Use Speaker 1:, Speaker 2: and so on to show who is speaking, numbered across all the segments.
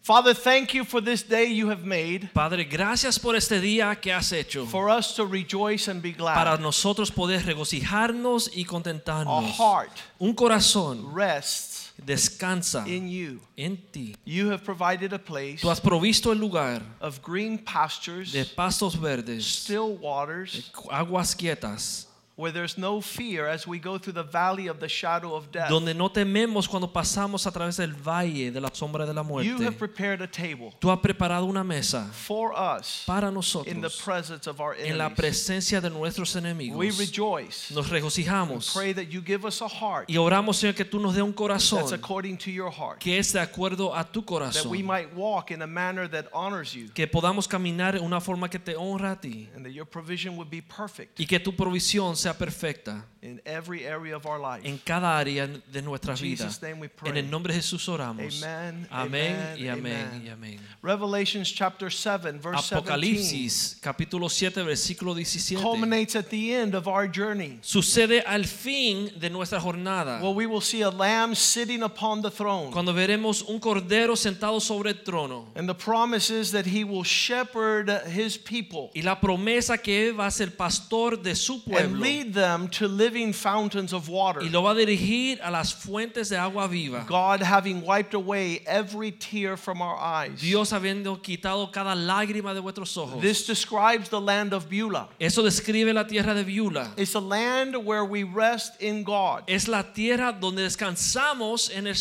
Speaker 1: Father, thank you for this day you have made
Speaker 2: Padre, gracias por este día que has hecho
Speaker 1: for us to rejoice and be
Speaker 2: para
Speaker 1: glad.
Speaker 2: nosotros poder regocijarnos y
Speaker 1: Our
Speaker 2: contentarnos.
Speaker 1: heart
Speaker 2: Un corazón
Speaker 1: rests
Speaker 2: descansa
Speaker 1: in you.
Speaker 2: en ti.
Speaker 1: You have provided a place
Speaker 2: Tú has provisto el lugar
Speaker 1: of green
Speaker 2: de
Speaker 1: pastures,
Speaker 2: pastos verdes,
Speaker 1: still waters,
Speaker 2: aguas quietas,
Speaker 1: where there's no fear as we go through the valley of the shadow of death.
Speaker 2: donde no tememos cuando pasamos a través del valle de la sombra de la
Speaker 1: You have
Speaker 2: muerte.
Speaker 1: prepared a table
Speaker 2: Tú has preparado una mesa
Speaker 1: for us
Speaker 2: para
Speaker 1: in the
Speaker 2: nosotros
Speaker 1: presence of our
Speaker 2: en la
Speaker 1: enemies.
Speaker 2: presencia de nuestros
Speaker 1: We
Speaker 2: enemigos.
Speaker 1: rejoice
Speaker 2: Nos
Speaker 1: and
Speaker 2: regocijamos
Speaker 1: pray that you give us a heart
Speaker 2: y oramos, Señor, que tú nos dé un
Speaker 1: that's
Speaker 2: corazón
Speaker 1: according to your heart,
Speaker 2: que es de acuerdo a tu
Speaker 1: that
Speaker 2: corazón.
Speaker 1: we might walk in a manner that honors you.
Speaker 2: que podamos caminar en una forma que te honra a ti
Speaker 1: and that your provision would be perfect
Speaker 2: y que tu provisión sea perfecta
Speaker 1: in every area of our life.
Speaker 2: en cada área de nuestra
Speaker 1: In
Speaker 2: vida.
Speaker 1: Jesus' name we pray.
Speaker 2: En el nombre de Jesús oramos.
Speaker 1: Amen,
Speaker 2: amén
Speaker 1: amen,
Speaker 2: y amén
Speaker 1: amen.
Speaker 2: y amén.
Speaker 1: Revelations chapter 7, verse 17
Speaker 2: Apocalipsis capítulo 7 versículo 17
Speaker 1: culminates at the end of our journey.
Speaker 2: sucede al fin de nuestra jornada
Speaker 1: Well, we will see a lamb sitting upon the throne.
Speaker 2: cuando veremos un cordero sentado sobre el trono
Speaker 1: And the promise is that he will shepherd his people
Speaker 2: y la promesa que él va a ser pastor de su
Speaker 1: and
Speaker 2: pueblo y
Speaker 1: lead them to living fountains of water.
Speaker 2: lo va a dirigir a las fuentes de agua viva.
Speaker 1: God having wiped away every tear from our eyes.
Speaker 2: Dios habiendo quitado cada lágrima de vuestros ojos.
Speaker 1: This describes the land of Beulah.
Speaker 2: Eso describe la tierra de Viula.
Speaker 1: It's a land where we rest in God.
Speaker 2: Es la tierra donde descansamos en el
Speaker 1: who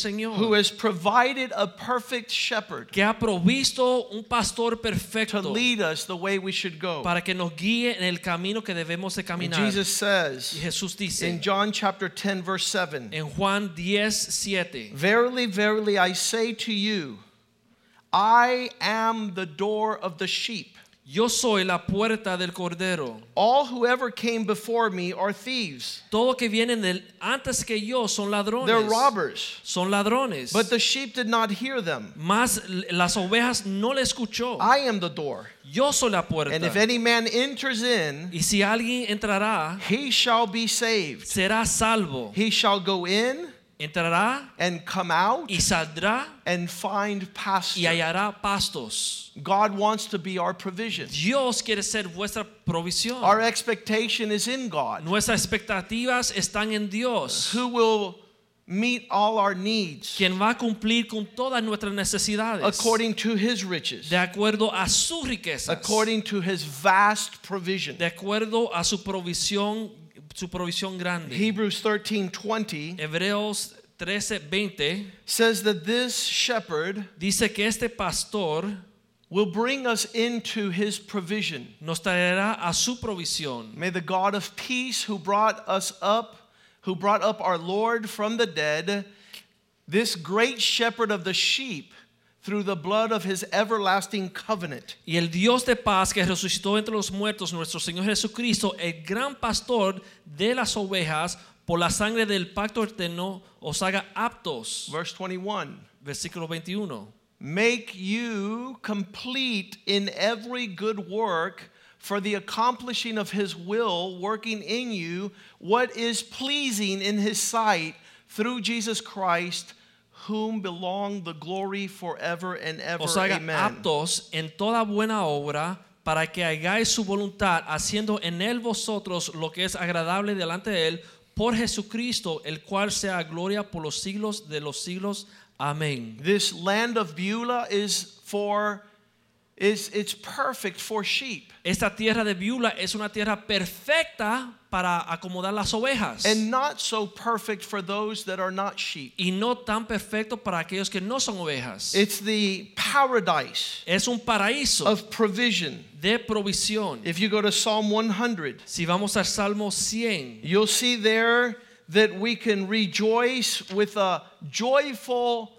Speaker 2: Señor,
Speaker 1: has provided a perfect shepherd
Speaker 2: que ha provisto un pastor
Speaker 1: to
Speaker 2: perfecto
Speaker 1: lead us the way we should go.
Speaker 2: para que nos guíe en el camino que debemos de
Speaker 1: And
Speaker 2: caminar.
Speaker 1: Jesus
Speaker 2: Y
Speaker 1: says
Speaker 2: Jesús
Speaker 1: in
Speaker 2: dice
Speaker 1: John chapter 10 verse 7,
Speaker 2: en Juan 10, 7,
Speaker 1: Verily, verily I say to you, I am the door of the sheep.
Speaker 2: yo soy la puerta del cordero.
Speaker 1: All who ever came before me are thieves.
Speaker 2: Todo que vienen del- antes que yo son
Speaker 1: They're
Speaker 2: ladrones.
Speaker 1: robbers.
Speaker 2: Son ladrones.
Speaker 1: But the sheep did not hear them.
Speaker 2: Mas l- las ovejas no le escuchó.
Speaker 1: I am the door.
Speaker 2: Yo soy la puerta.
Speaker 1: Ah. And if any man enters in,
Speaker 2: Y si alguien entrará,
Speaker 1: he shall be saved.
Speaker 2: será salvo.
Speaker 1: He shall go in
Speaker 2: Entrará
Speaker 1: and come out
Speaker 2: y saldrá
Speaker 1: and find
Speaker 2: y
Speaker 1: pasture.
Speaker 2: hallará pastos.
Speaker 1: God wants to be our provision.
Speaker 2: Dios quiere ser vuestra provisión.
Speaker 1: Our expectation is in God,
Speaker 2: Nuestras expectativas están en Dios,
Speaker 1: who will meet all our needs
Speaker 2: quien va a cumplir con todas nuestras necesidades
Speaker 1: according to his riches,
Speaker 2: de acuerdo a su riqueza,
Speaker 1: according to his vast provision.
Speaker 2: de acuerdo a su provisión, su provisión grande.
Speaker 1: Hebrews 13:20
Speaker 2: Hebreos 13:20
Speaker 1: says that this shepherd
Speaker 2: dice que este pastor
Speaker 1: will bring us into his provision.
Speaker 2: nos traerá a su provisión.
Speaker 1: May the God of peace who brought us up, who brought up our Lord from the dead, this great shepherd of the sheep, through the blood of his everlasting covenant,
Speaker 2: Y el Dios de paz que resucitó entre los muertos, nuestro Señor Jesucristo, el gran pastor de las ovejas, por la sangre del pacto eterno, os haga aptos.
Speaker 1: verse 21,
Speaker 2: Versículo 21.
Speaker 1: make you complete in every good work for the accomplishing of his will, working in you what is pleasing in his sight through Jesus Christ. Whom belong the glory forever and ever.
Speaker 2: Os haga
Speaker 1: Amen.
Speaker 2: aptos en toda buena obra para que hagáis su voluntad, haciendo en él vosotros lo que es agradable delante de él, por Jesucristo, el cual sea gloria por los siglos de los siglos. Amén.
Speaker 1: This land of Beulah is for is it's perfect for sheep.
Speaker 2: Esta tierra de Viula es una tierra perfecta para acomodar las ovejas.
Speaker 1: And not so perfect for those that are not sheep.
Speaker 2: y no tan perfecto para aquellos que no son ovejas.
Speaker 1: It's the paradise
Speaker 2: es un paraíso
Speaker 1: of provision.
Speaker 2: de provisión.
Speaker 1: If you go to Psalm 100,
Speaker 2: si vamos al Salmo 100,
Speaker 1: you'll see there that we can rejoice with a joyful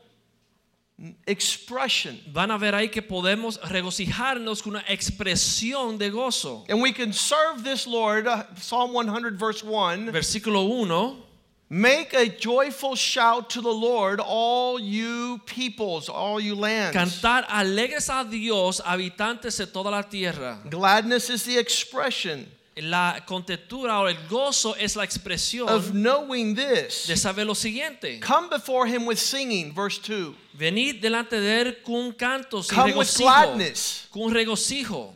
Speaker 1: expression.
Speaker 2: Van a ver ahí que podemos regocijarnos con una expresión de gozo.
Speaker 1: And we can serve this Lord, uh, Psalm 100, verse 1.
Speaker 2: Versículo 1.
Speaker 1: Make a joyful shout to the Lord, all you peoples, all you lands.
Speaker 2: Cantar alegres a Dios, habitantes de toda la tierra.
Speaker 1: Gladness is the expression
Speaker 2: La contentura o el gozo es la
Speaker 1: of
Speaker 2: expresión
Speaker 1: knowing
Speaker 2: de
Speaker 1: this.
Speaker 2: saber lo siguiente.
Speaker 1: Come before him with singing, verse 2.
Speaker 2: Venid delante de él con cantos y
Speaker 1: Come with
Speaker 2: regocijo.
Speaker 1: gladness.
Speaker 2: Con regocijo.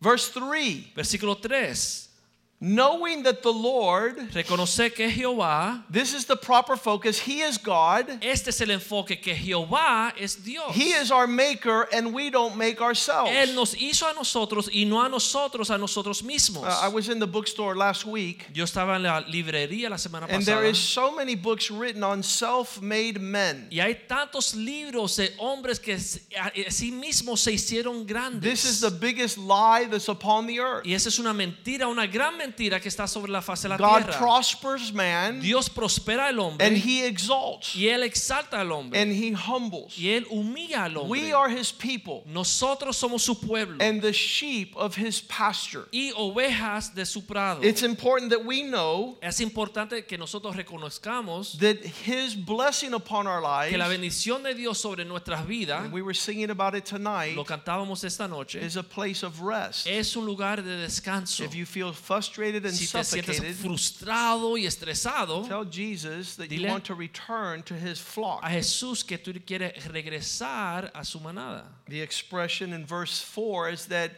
Speaker 1: Verse 3.
Speaker 2: Versículo 3.
Speaker 1: Knowing that the Lord,
Speaker 2: Reconocer que Jehová,
Speaker 1: this is the proper focus, he is God,
Speaker 2: este es el enfoque, que Jehová es Dios.
Speaker 1: he is our maker, and we don't make ourselves.
Speaker 2: Él nos hizo a nosotros y no a nosotros, a nosotros mismos.
Speaker 1: Uh, I was in the bookstore last week,
Speaker 2: Yo estaba en la librería la semana
Speaker 1: and
Speaker 2: pasada
Speaker 1: there is so many books written on self-made men.
Speaker 2: y hay tantos libros de hombres que s- a a sí mismos se hicieron grandes.
Speaker 1: This is the biggest lie that's upon the earth.
Speaker 2: y esa es una mentira, una gran mentira que está sobre la faz de la
Speaker 1: God
Speaker 2: tierra.
Speaker 1: prospers man,
Speaker 2: Dios prospera al hombre
Speaker 1: and he exalts,
Speaker 2: y él exalta al hombre
Speaker 1: and he humbles.
Speaker 2: y él humilla al hombre.
Speaker 1: We are his people,
Speaker 2: Nosotros somos su pueblo
Speaker 1: and the sheep of his pasture.
Speaker 2: y ovejas de su prado.
Speaker 1: It's important that we know
Speaker 2: es importante que nosotros reconozcamos
Speaker 1: that his blessing upon our
Speaker 2: que la
Speaker 1: lives,
Speaker 2: bendición de Dios sobre nuestras vidas
Speaker 1: and we were singing about it tonight,
Speaker 2: lo cantábamos esta noche,
Speaker 1: is a place of rest.
Speaker 2: es un lugar de descanso.
Speaker 1: If you feel frustrated and
Speaker 2: Si te sientes
Speaker 1: suffocated,
Speaker 2: frustrado y estresado,
Speaker 1: Tell Jesus that you
Speaker 2: Dile-
Speaker 1: want to return to his flock.
Speaker 2: a Jesús que tú quieres regresar a su manada.
Speaker 1: The expression in verse 4 is that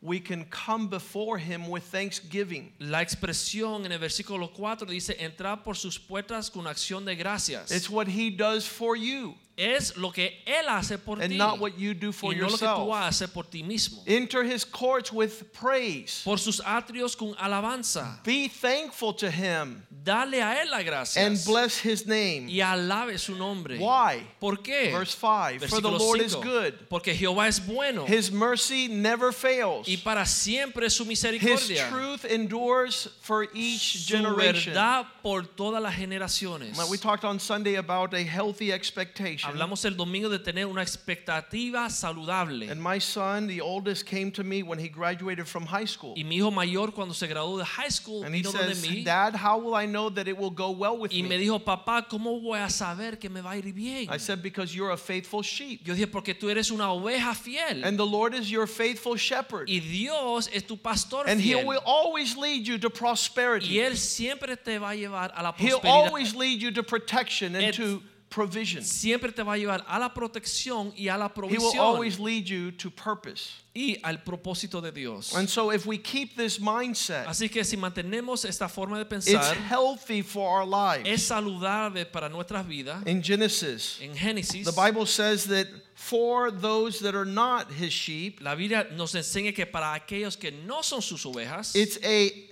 Speaker 1: we can come before him with thanksgiving.
Speaker 2: La expresión en el versículo 4 dice, entrar por sus puertas con acción de gracias.
Speaker 1: It's what he does for you
Speaker 2: es lo que Él hace por ti
Speaker 1: and not what you do for
Speaker 2: y no lo que tú
Speaker 1: yourself.
Speaker 2: haces por ti mismo.
Speaker 1: Enter his courts with praise.
Speaker 2: Por sus atrios con alabanza.
Speaker 1: Be thankful to him
Speaker 2: Dale a Él la gracia
Speaker 1: and bless his name.
Speaker 2: y alabe su nombre.
Speaker 1: Why?
Speaker 2: ¿Por qué?
Speaker 1: Verse 5 For the
Speaker 2: Versículo
Speaker 1: Lord is
Speaker 2: cinco,
Speaker 1: good,
Speaker 2: Porque Jehová es bueno
Speaker 1: his mercy never fails,
Speaker 2: y para siempre es su
Speaker 1: his
Speaker 2: misericordia.
Speaker 1: truth endures for each
Speaker 2: Su
Speaker 1: generation.
Speaker 2: verdad por todas las generaciones.
Speaker 1: Well, We talked on Sunday about a healthy expectation.
Speaker 2: Hablamos el domingo de tener una expectativa saludable.
Speaker 1: And my son, the oldest, came to me when he graduated from high school.
Speaker 2: Y mi hijo mayor cuando se graduó de high school
Speaker 1: And he
Speaker 2: vino donde
Speaker 1: says,
Speaker 2: mí
Speaker 1: Dad, how will I know that it will go well with
Speaker 2: y me
Speaker 1: me?
Speaker 2: dijo, "Papá, ¿cómo voy a saber que me va a ir bien?"
Speaker 1: I said, Because you're a faithful sheep.
Speaker 2: Yo dije, "Porque tú eres una oveja fiel
Speaker 1: And the Lord is your faithful shepherd.
Speaker 2: y Dios es tu pastor
Speaker 1: And he
Speaker 2: fiel
Speaker 1: will always lead you to
Speaker 2: y
Speaker 1: prosperity.
Speaker 2: él siempre te va a llevar a la
Speaker 1: He'll
Speaker 2: prosperidad."
Speaker 1: always lead you to protection and
Speaker 2: It's-
Speaker 1: to provision.
Speaker 2: Siempre te va a llevar a la protección y a la
Speaker 1: He will
Speaker 2: provisión
Speaker 1: always lead you to purpose.
Speaker 2: y al propósito de Dios.
Speaker 1: And so, if we keep this mindset,
Speaker 2: Así que si mantenemos esta forma de
Speaker 1: it's
Speaker 2: pensar,
Speaker 1: healthy for our lives.
Speaker 2: es saludable para nuestras vidas.
Speaker 1: In Genesis,
Speaker 2: En Génesis,
Speaker 1: The Bible says that for those that are not his sheep,
Speaker 2: la Biblia nos enseña que para aquellos que no son sus ovejas,
Speaker 1: it's a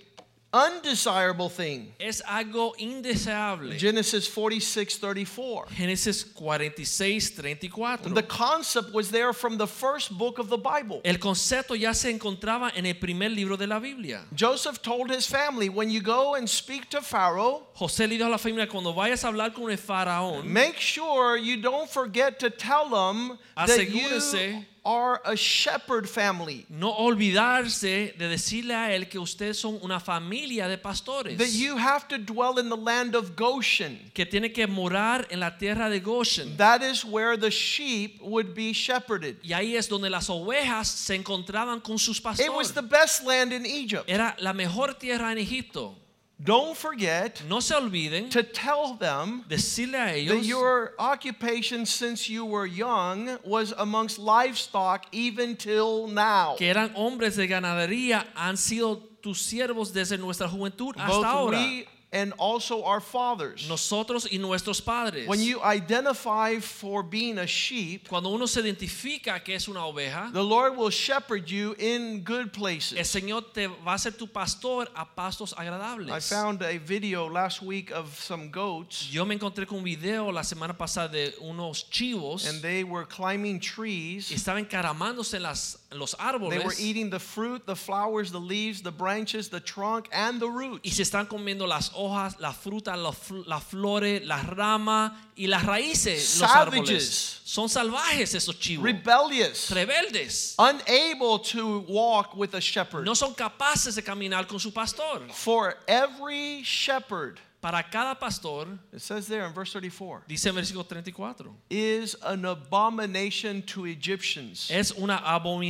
Speaker 1: undesirable thing.
Speaker 2: es algo indeseable.
Speaker 1: Genesis 46, 34.
Speaker 2: Génesis 46, 34.
Speaker 1: The concept was there from the first book of the Bible.
Speaker 2: El concepto ya se encontraba en el primer libro de la Biblia.
Speaker 1: Joseph told his family, when you go and speak to Pharaoh,
Speaker 2: José le dijo a la familia, cuando vayas a hablar con el faraón,
Speaker 1: make sure you don't forget to tell them that you
Speaker 2: Asegúrese.
Speaker 1: are a shepherd family,
Speaker 2: No olvidarse de decirle a él que ustedes son una familia de pastores.
Speaker 1: that you have to dwell in the land of Goshen.
Speaker 2: que tiene que morar en la tierra de Goshen.
Speaker 1: That is where the sheep would be shepherded.
Speaker 2: y ahí es donde las ovejas se encontraban con sus
Speaker 1: It was
Speaker 2: pastores.
Speaker 1: the best land in Egypt.
Speaker 2: Era la mejor tierra en Egipto.
Speaker 1: Don't forget
Speaker 2: No se olviden
Speaker 1: to tell them
Speaker 2: decirle a
Speaker 1: that
Speaker 2: ellos
Speaker 1: your occupation since you were young was amongst livestock even till now.
Speaker 2: que eran hombres de ganadería, han sido tus siervos desde nuestra juventud hasta
Speaker 1: Both
Speaker 2: ahora.
Speaker 1: we and also our fathers.
Speaker 2: Nosotros y nuestros padres.
Speaker 1: When you identify for being a sheep,
Speaker 2: Cuando uno se identifica que es una oveja,
Speaker 1: the Lord will shepherd you in good
Speaker 2: el
Speaker 1: places.
Speaker 2: Señor te va a ser tu pastor a pastos agradables.
Speaker 1: I found a video last week of some goats,
Speaker 2: Yo me encontré con un video la semana pasada de unos chivos
Speaker 1: and they were climbing trees.
Speaker 2: y estaban encaramándose en las, en los
Speaker 1: They were
Speaker 2: árboles
Speaker 1: eating the fruit, the flowers, the leaves, the branches, the trunk, and the
Speaker 2: y
Speaker 1: roots.
Speaker 2: se están comiendo las hojas, las frutas, los fl- las flores, las ramas y las raíces. Los árboles.
Speaker 1: Savages.
Speaker 2: Son salvajes esos chivos,
Speaker 1: Rebellious,
Speaker 2: rebeldes.
Speaker 1: unable to walk with a shepherd.
Speaker 2: No son capaces de caminar con su pastor.
Speaker 1: For every shepherd,
Speaker 2: Para cada pastor,
Speaker 1: it says there in verse 34,
Speaker 2: dice en versículo 34,
Speaker 1: is an abomination to Egyptians.
Speaker 2: es una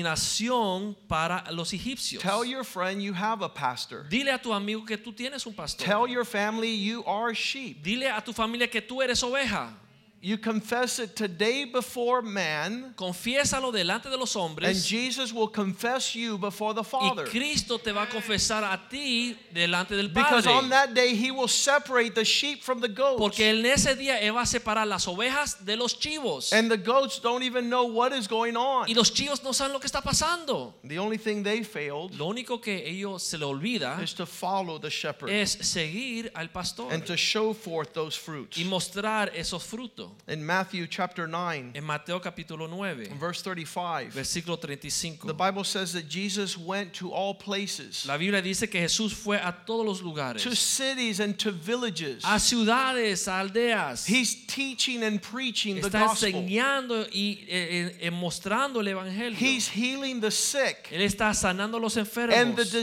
Speaker 2: abominación para los egipcios.
Speaker 1: Tell your friend you have a pastor.
Speaker 2: Dile a tu amigo que tú tienes un
Speaker 1: Tell
Speaker 2: pastor.
Speaker 1: your family you are sheep.
Speaker 2: Dile a tu familia que tú eres oveja.
Speaker 1: You confess it today before man,
Speaker 2: Confiésalo delante de los
Speaker 1: and
Speaker 2: hombres.
Speaker 1: Jesus will confess you before the
Speaker 2: Y
Speaker 1: Father.
Speaker 2: Cristo te va a confesar a ti delante del
Speaker 1: Because on
Speaker 2: Padre.
Speaker 1: that day he will separate the sheep from the goats.
Speaker 2: Porque en ese día Él va a separar las ovejas de los chivos.
Speaker 1: And the goats don't even know what is going on.
Speaker 2: Y los chivos no saben lo que está pasando.
Speaker 1: The only thing they failed
Speaker 2: Lo único que ellos se le olvida
Speaker 1: is to follow the shepherd
Speaker 2: es seguir al pastor
Speaker 1: and to show forth those fruits.
Speaker 2: y mostrar esos frutos.
Speaker 1: In Matthew chapter 9,
Speaker 2: En Mateo capítulo 9,
Speaker 1: verse 35,
Speaker 2: versículo
Speaker 1: the
Speaker 2: 35.
Speaker 1: Bible says that Jesus went to all places,
Speaker 2: La Biblia dice que Jesús fue a todos los
Speaker 1: to
Speaker 2: lugares,
Speaker 1: cities and to villages.
Speaker 2: a ciudades, a aldeas.
Speaker 1: He's teaching and preaching the
Speaker 2: Está
Speaker 1: gospel.
Speaker 2: enseñando y eh, eh, mostrando el evangelio.
Speaker 1: He's healing the sick
Speaker 2: Él está sanando a los
Speaker 1: and the
Speaker 2: enfermos y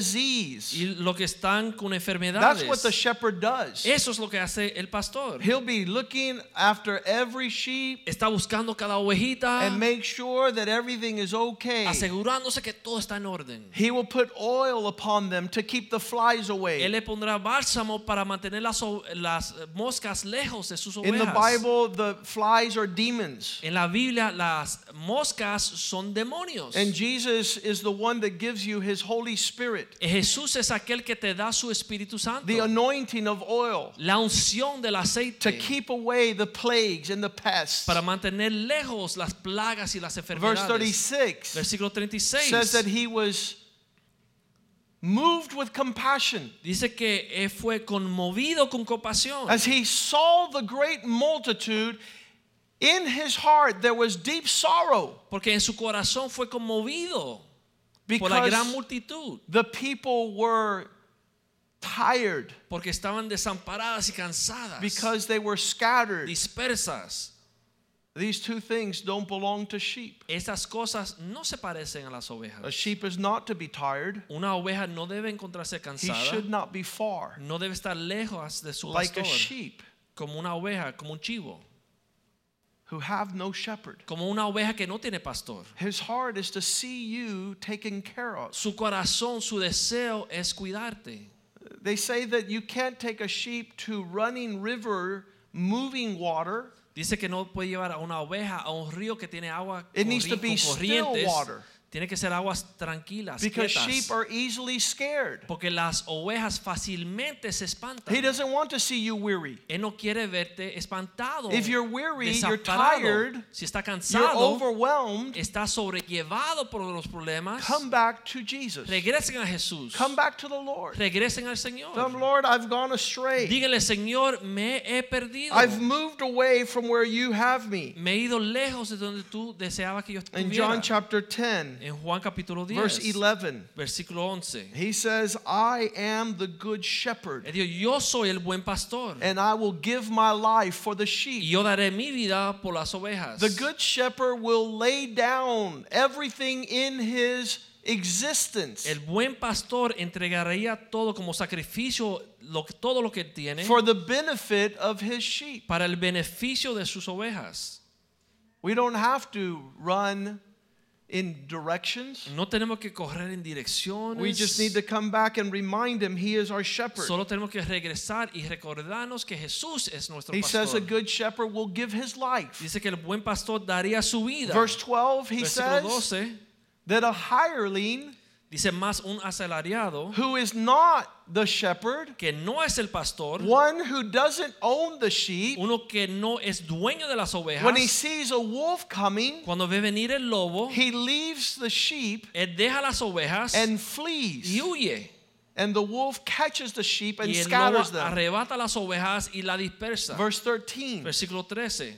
Speaker 1: disease.
Speaker 2: los que están con
Speaker 1: That's what the
Speaker 2: enfermedades.
Speaker 1: shepherd does.
Speaker 2: Eso es lo que hace el pastor.
Speaker 1: He'll be looking after every sheep
Speaker 2: Está buscando cada ovejita,
Speaker 1: and make sure that everything is okay.
Speaker 2: asegurándose que todo está en orden.
Speaker 1: He will put oil upon them to keep the flies
Speaker 2: Él
Speaker 1: away.
Speaker 2: le pondrá bálsamo para mantener las, o- las moscas lejos de sus
Speaker 1: In the
Speaker 2: ovejas.
Speaker 1: Bible, the flies are demons.
Speaker 2: En la Biblia las moscas son demonios.
Speaker 1: And Jesus is the one that gives you his Holy Spirit,
Speaker 2: Jesús es aquel que te da su Espíritu Santo,
Speaker 1: the anointing of oil
Speaker 2: la unción del
Speaker 1: to
Speaker 2: aceite
Speaker 1: keep away the plagues and the pests.
Speaker 2: para mantener lejos las plagas y las
Speaker 1: Verse
Speaker 2: enfermedades.
Speaker 1: 36
Speaker 2: Versículo
Speaker 1: says that
Speaker 2: 36
Speaker 1: he was moved with compassion
Speaker 2: dice que él fue conmovido con compasión.
Speaker 1: as he saw the great multitude. In his heart, there was deep sorrow
Speaker 2: Porque en su corazón fue conmovido por la gran
Speaker 1: because
Speaker 2: multitud,
Speaker 1: the people were tired,
Speaker 2: porque estaban desamparadas y cansadas,
Speaker 1: because they were scattered.
Speaker 2: dispersas.
Speaker 1: These two things don't belong to sheep.
Speaker 2: Estas cosas no se parecen a las
Speaker 1: A
Speaker 2: ovejas.
Speaker 1: sheep is not to be tired.
Speaker 2: Una oveja no debe encontrarse
Speaker 1: He should
Speaker 2: cansada,
Speaker 1: not be far,
Speaker 2: no debe estar lejos de su
Speaker 1: like a
Speaker 2: pastor,
Speaker 1: sheep
Speaker 2: como una oveja, como un chivo,
Speaker 1: who have no shepherd.
Speaker 2: como una oveja que no tiene pastor.
Speaker 1: His heart is to see you taken care of.
Speaker 2: Su corazón, su deseo es cuidarte.
Speaker 1: They say that you can't take a sheep to running river, moving water.
Speaker 2: Dice que no puede llevar a una oveja a un río que tiene agua
Speaker 1: It needs to
Speaker 2: corri-
Speaker 1: be
Speaker 2: con corrientes.
Speaker 1: still water.
Speaker 2: Tiene que ser aguas tranquilas,
Speaker 1: Because
Speaker 2: quietas,
Speaker 1: sheep are easily scared.
Speaker 2: porque las ovejas fácilmente se espantan.
Speaker 1: He doesn't want to see you weary.
Speaker 2: Él no quiere verte espantado.
Speaker 1: If you're weary, you're
Speaker 2: desamparado.
Speaker 1: tired,
Speaker 2: si está
Speaker 1: You're
Speaker 2: cansado,
Speaker 1: overwhelmed.
Speaker 2: está sobrellevado por los problemas.
Speaker 1: Come back to Jesus.
Speaker 2: regresen a Jesús.
Speaker 1: Come back to the Lord.
Speaker 2: regresen al Señor.
Speaker 1: Tell him, Lord, I've gone astray.
Speaker 2: Dígale, Señor, me he perdido.
Speaker 1: I've moved away from where you have me.
Speaker 2: me he ido lejos de donde tú deseabas que yo
Speaker 1: In John
Speaker 2: estuviera.
Speaker 1: chapter 10,
Speaker 2: en Juan capítulo 10,
Speaker 1: verse 11,
Speaker 2: versículo 11.
Speaker 1: he says, I am the good
Speaker 2: Él
Speaker 1: shepherd,
Speaker 2: dijo, yo soy el buen pastor
Speaker 1: and I will give my life for the
Speaker 2: y
Speaker 1: sheep.
Speaker 2: yo daré mi vida por las ovejas.
Speaker 1: The good shepherd will lay down everything in his existence
Speaker 2: El buen pastor entregaría todo como sacrificio, lo, todo lo que tiene
Speaker 1: for the benefit of his sheep.
Speaker 2: para el beneficio de sus ovejas.
Speaker 1: We don't have to run in directions.
Speaker 2: No tenemos que correr en direcciones.
Speaker 1: We just need to come back and remind him he is our shepherd.
Speaker 2: Solo tenemos que regresar y recordarnos que Jesús es nuestro
Speaker 1: He says a
Speaker 2: pastor.
Speaker 1: good shepherd will give his life.
Speaker 2: Dice que el buen pastor daría su vida.
Speaker 1: Verse 12, he
Speaker 2: Versículo
Speaker 1: says
Speaker 2: 12
Speaker 1: that a hireling
Speaker 2: dice más un asalariado
Speaker 1: who is not the shepherd,
Speaker 2: que no es el pastor,
Speaker 1: one who doesn't own the sheep,
Speaker 2: uno que no es dueño de las
Speaker 1: when he
Speaker 2: ovejas.
Speaker 1: sees a wolf coming,
Speaker 2: Cuando ve venir el lobo,
Speaker 1: he leaves the sheep
Speaker 2: él deja las ovejas
Speaker 1: and flees.
Speaker 2: y huye.
Speaker 1: And the wolf catches the sheep and
Speaker 2: Y el lobo
Speaker 1: scatters them.
Speaker 2: arrebata las ovejas y la dispersa.
Speaker 1: Verse 13,
Speaker 2: Versículo 13.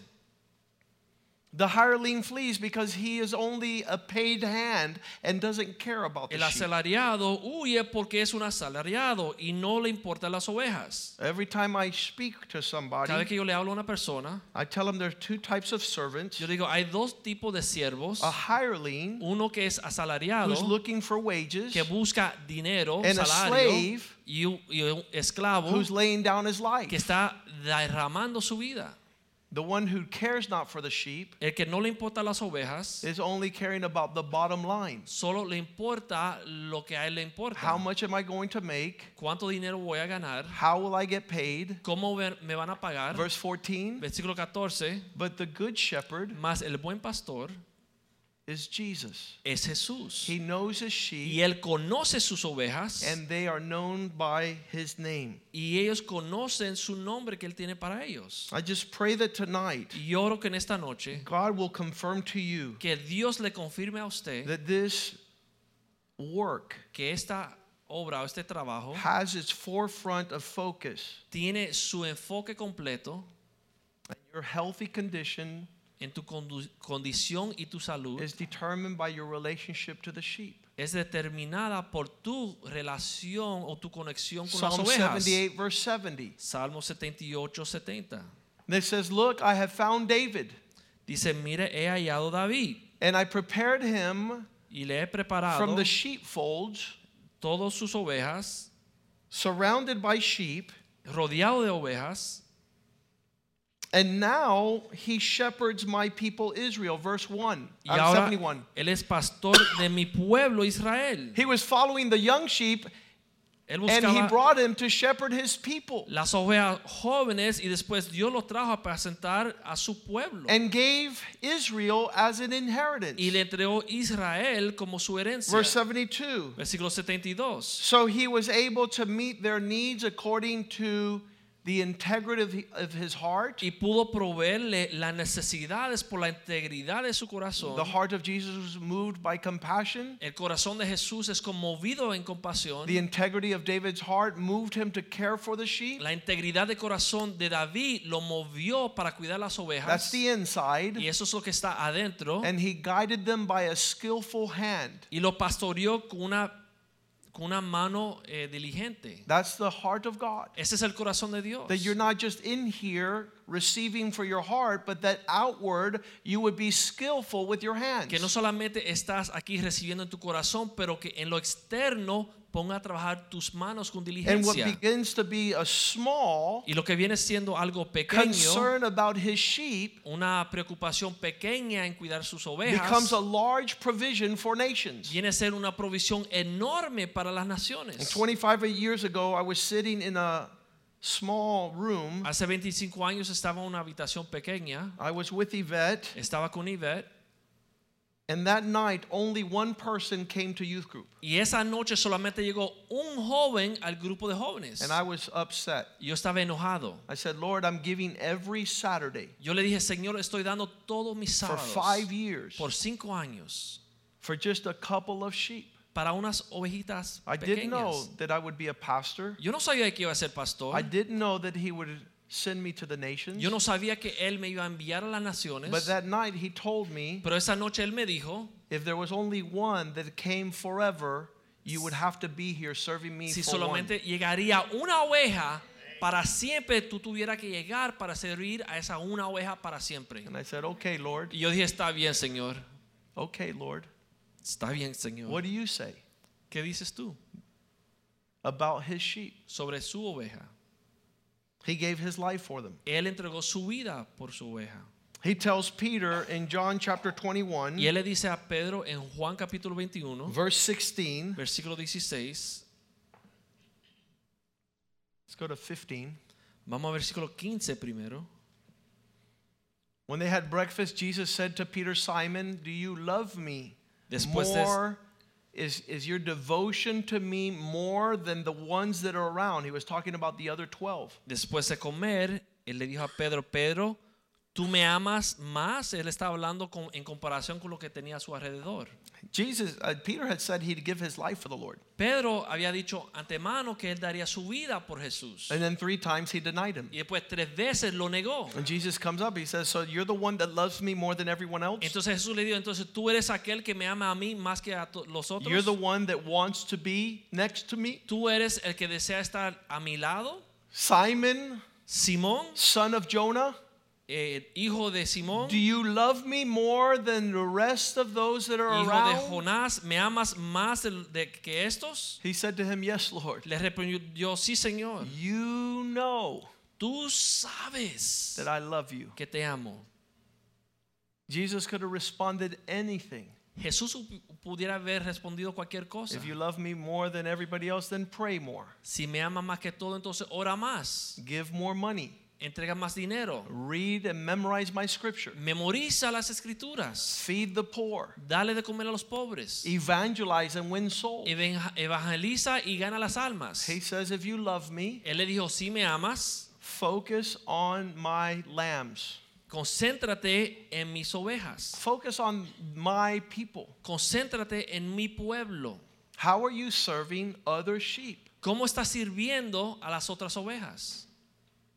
Speaker 1: The hireling flees because he is only a paid hand and doesn't care about the
Speaker 2: El
Speaker 1: sheep.
Speaker 2: asalariado huye porque es un asalariado y no le importan las ovejas.
Speaker 1: Every time I speak to
Speaker 2: Cada vez
Speaker 1: somebody,
Speaker 2: que yo le hablo a una persona,
Speaker 1: I tell them there are two types of servants
Speaker 2: yo digo, hay dos tipos de siervos.
Speaker 1: a hireling
Speaker 2: Uno que es asalariado,
Speaker 1: who's looking for wages,
Speaker 2: que busca dinero,
Speaker 1: And a
Speaker 2: salario,
Speaker 1: slave
Speaker 2: y un, y un esclavo
Speaker 1: who's laying down his life.
Speaker 2: que está derramando su vida.
Speaker 1: The one who cares not for the sheep
Speaker 2: El que no le importa las ovejas,
Speaker 1: is only caring about the bottom line.
Speaker 2: solo le importa lo que a él le importa.
Speaker 1: How much am I going to make?
Speaker 2: ¿Cuánto dinero voy a ganar?
Speaker 1: How will I get paid?
Speaker 2: ¿Cómo ver- me van a pagar?
Speaker 1: Verse 14.
Speaker 2: Versículo 14.
Speaker 1: But the good shepherd
Speaker 2: Mas el buen pastor
Speaker 1: is Jesus.
Speaker 2: es Jesús.
Speaker 1: He knows his
Speaker 2: Y
Speaker 1: sheep,
Speaker 2: él conoce sus ovejas
Speaker 1: and they are known by his name.
Speaker 2: y ellos conocen su nombre que él tiene para ellos.
Speaker 1: I just pray that tonight
Speaker 2: Y yo oro que en esta noche
Speaker 1: God will confirm to you
Speaker 2: que Dios le confirme a usted
Speaker 1: that this work
Speaker 2: que esta obra o este trabajo
Speaker 1: has its forefront of focus
Speaker 2: tiene su enfoque completo
Speaker 1: and your healthy condition
Speaker 2: en tu condu- condición y tu salud
Speaker 1: is determined by your relationship to the sheep.
Speaker 2: es determinada por tu relación o tu conexión con las
Speaker 1: Psalm
Speaker 2: ovejas.
Speaker 1: 78, verse 70.
Speaker 2: Salmo 78, 70.
Speaker 1: And it says, Look, I have found David,
Speaker 2: Dice, mire, he hallado David
Speaker 1: and I prepared him
Speaker 2: y le he
Speaker 1: from
Speaker 2: preparado
Speaker 1: the sheepfolds,
Speaker 2: todas sus ovejas,
Speaker 1: surrounded by sheep,
Speaker 2: rodeado de ovejas,
Speaker 1: and now he shepherds my people Israel. Verse uh, 1,
Speaker 2: y
Speaker 1: out of
Speaker 2: ahora
Speaker 1: 71.
Speaker 2: él es pastor de mi pueblo Israel.
Speaker 1: He was following the young sheep,
Speaker 2: Él
Speaker 1: and he
Speaker 2: buscaba
Speaker 1: brought him to shepherd his people,
Speaker 2: las ovejas jóvenes y después Dios lo trajo a presentar a su pueblo
Speaker 1: and gave Israel as an
Speaker 2: y le
Speaker 1: inheritance.
Speaker 2: entregó Israel como su herencia.
Speaker 1: Verse 72.
Speaker 2: Versículo 72.
Speaker 1: So he was able to meet their needs according to the integrity of- of his heart.
Speaker 2: Y pudo proveerle las necesidades por la integridad de su corazón.
Speaker 1: The heart of Jesus was moved by compassion.
Speaker 2: El corazón de Jesús es conmovido en compasión.
Speaker 1: The integrity of David's heart moved him to care for the sheep.
Speaker 2: La integridad de corazón de David lo movió para cuidar las
Speaker 1: That's
Speaker 2: ovejas.
Speaker 1: the
Speaker 2: Y
Speaker 1: inside.
Speaker 2: eso es lo que está adentro.
Speaker 1: And he guided them by a skillful hand.
Speaker 2: Y lo pastoreó con una, con una mano eh, diligente.
Speaker 1: That's the heart of God.
Speaker 2: Ese es el corazón de Dios.
Speaker 1: That you're not just in here receiving for your heart, but that outward you would be skillful with your hands.
Speaker 2: Que no solamente estás aquí recibiendo en tu corazón, pero que en lo externo ponga a trabajar tus manos con
Speaker 1: And what
Speaker 2: diligencia.
Speaker 1: begins to be a small
Speaker 2: Y lo que viene siendo algo pequeño.
Speaker 1: concern about his sheep
Speaker 2: una preocupación pequeña en cuidar sus
Speaker 1: becomes
Speaker 2: ovejas
Speaker 1: a large provision for nations.
Speaker 2: viene a ser una provisión enorme para las naciones.
Speaker 1: 25 years ago, I was sitting in a small room.
Speaker 2: Hace 25 años estaba en una habitación pequeña,
Speaker 1: I was with Yvette,
Speaker 2: estaba con Yvette
Speaker 1: and that night only one person came to youth group,
Speaker 2: y esa noche solamente llegó un joven al grupo de jóvenes.
Speaker 1: and I was upset.
Speaker 2: Yo estaba enojado.
Speaker 1: I said, Lord, I'm giving every Saturday
Speaker 2: Yo le dije, Señor, estoy dando todos mis
Speaker 1: for
Speaker 2: sábados
Speaker 1: five years
Speaker 2: por cinco años
Speaker 1: for just a couple of sheep.
Speaker 2: para unas ovejitas
Speaker 1: I didn't know
Speaker 2: pequeñas.
Speaker 1: that I would be a pastor.
Speaker 2: Yo no sabía que iba a ser
Speaker 1: I
Speaker 2: pastor.
Speaker 1: didn't know that he would send me to the nations.
Speaker 2: Yo no sabía que él me iba a enviar a las
Speaker 1: But
Speaker 2: naciones.
Speaker 1: that night he told me
Speaker 2: Pero esa noche él me dijo,
Speaker 1: If there was only one that came forever, you would have to be here serving me
Speaker 2: si
Speaker 1: for one.
Speaker 2: solamente llegaría una oveja para siempre, tú tuvieras que llegar para servir a esa una oveja para siempre.
Speaker 1: And I said, "Okay, Lord.
Speaker 2: Y yo dije, está bien, Señor.
Speaker 1: Okay, Lord.
Speaker 2: Está bien, Señor.
Speaker 1: What do you say
Speaker 2: ¿Qué dices tú
Speaker 1: about his sheep?
Speaker 2: sobre su oveja?
Speaker 1: He gave his life for them."
Speaker 2: Él entregó su vida por su oveja.
Speaker 1: He tells Peter in John chapter
Speaker 2: Y
Speaker 1: 21,
Speaker 2: él le dice a Pedro en Juan capítulo 21,
Speaker 1: verse 16.
Speaker 2: versículo 16,
Speaker 1: Let's go to 15.
Speaker 2: vamos a versículo 15 primero.
Speaker 1: When they had breakfast, Jesus said to Peter, "Simon, do you love me
Speaker 2: Después de-
Speaker 1: more?" Is, is your devotion to me more than the ones that are around? He was talking about the other 12.
Speaker 2: Después de comer, él le dijo a Pedro, Pedro, Tú me amas más. Él está hablando con- en comparación con lo que tenía a su alrededor.
Speaker 1: Jesus, uh, Peter had said he'd give his life for the Lord.
Speaker 2: Pedro había dicho antemano que él daría su vida por Jesús.
Speaker 1: And then three times he denied him.
Speaker 2: Y después tres veces lo negó.
Speaker 1: And Jesus comes up, he says, So you're the one that loves me more than everyone else?
Speaker 2: Entonces Jesús le dijo, entonces tú eres aquel que me ama a mí más que a to- los
Speaker 1: You're the
Speaker 2: otros.
Speaker 1: one that wants to be next to me?
Speaker 2: Tú eres el que desea estar a mi lado.
Speaker 1: Simon,
Speaker 2: Simón,
Speaker 1: son of Jonah,
Speaker 2: eh, hijo de Simón,
Speaker 1: do you love me more than the rest of those that are
Speaker 2: hijo de
Speaker 1: around?
Speaker 2: Jonás, ¿me amas más del- de- que estos?
Speaker 1: He said to him, Yes, Lord.
Speaker 2: Le respondió, sí Señor,
Speaker 1: You know
Speaker 2: tú sabes
Speaker 1: that I love you.
Speaker 2: que te amo.
Speaker 1: Jesus could have responded anything.
Speaker 2: Jesús pu- pudiera haber respondido cualquier cosa.
Speaker 1: If you love me more than everybody else, then pray more,
Speaker 2: Si me amas más que todo, entonces ora más,
Speaker 1: give more money,
Speaker 2: entrega más dinero,
Speaker 1: read and memorize my scripture,
Speaker 2: memoriza las escrituras,
Speaker 1: feed the poor,
Speaker 2: dale de comer a los pobres,
Speaker 1: evangelize and win souls.
Speaker 2: evan- evangeliza y gana las almas.
Speaker 1: He says, If you love me,
Speaker 2: Él le dijo, si me amas,
Speaker 1: focus on my lambs,
Speaker 2: concéntrate en mis ovejas.
Speaker 1: focus on my people.
Speaker 2: Concéntrate en mi pueblo.
Speaker 1: How are you serving other sheep?
Speaker 2: ¿Cómo estás sirviendo a las otras ovejas?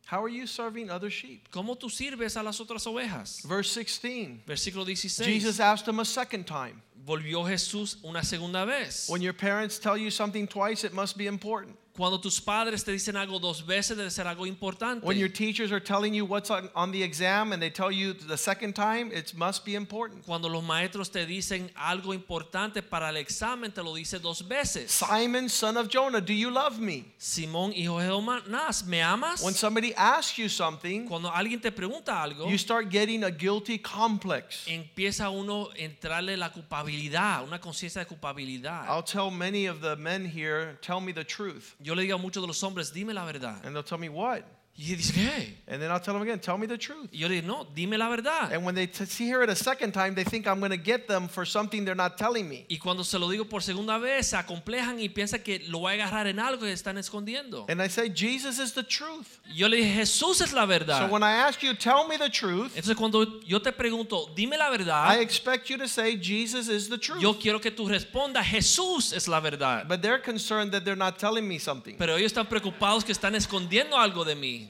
Speaker 1: How are you serving other sheep?
Speaker 2: ¿Cómo tú sirves a las otras ovejas?
Speaker 1: Verse 16
Speaker 2: Versículo 16.
Speaker 1: Jesus asked him a second time,
Speaker 2: Volvió Jesús una segunda vez.
Speaker 1: When your parents tell you something twice, it must be important.
Speaker 2: Cuando tus padres te dicen algo dos veces debe ser algo importante.
Speaker 1: When your teachers are telling you what's on, on the exam and they tell you the second time, it must be important.
Speaker 2: Cuando los maestros te dicen algo importante para el examen te lo dice dos veces.
Speaker 1: Simon, son of Jonah, do you love me?
Speaker 2: Simón hijo de Jonás, ¿me amas?
Speaker 1: When somebody asks you something,
Speaker 2: Cuando alguien te pregunta algo,
Speaker 1: you start getting a guilty complex.
Speaker 2: empieza uno a entrarle la culpabilidad, una conciencia de culpabilidad.
Speaker 1: I'll tell many of the men here, tell me the truth.
Speaker 2: Yo le digo a muchos de los hombres, dime la verdad.
Speaker 1: And they'll tell me what?
Speaker 2: Y dice, ¿qué?
Speaker 1: And then I'll tell them again, tell me the truth.
Speaker 2: Y yo le digo, no, dime la verdad.
Speaker 1: And when they t- see hear it a second time, they think I'm going to get them for something they're not telling me.
Speaker 2: Y cuando se lo digo por segunda vez, se acomplejan y piensan que lo voy a agarrar en algo que están escondiendo.
Speaker 1: And I say, Jesus is the truth.
Speaker 2: Y Yo le dije, Jesús es la
Speaker 1: So
Speaker 2: verdad.
Speaker 1: when I ask you, tell me the truth,
Speaker 2: Entonces cuando yo te pregunto, dime la
Speaker 1: I
Speaker 2: verdad,
Speaker 1: expect you to say, Jesus is the
Speaker 2: yo
Speaker 1: truth.
Speaker 2: quiero que tú respondas, Jesús es la verdad.
Speaker 1: But they're concerned that they're not telling me something.
Speaker 2: Pero ellos están preocupados que están escondiendo algo de mí.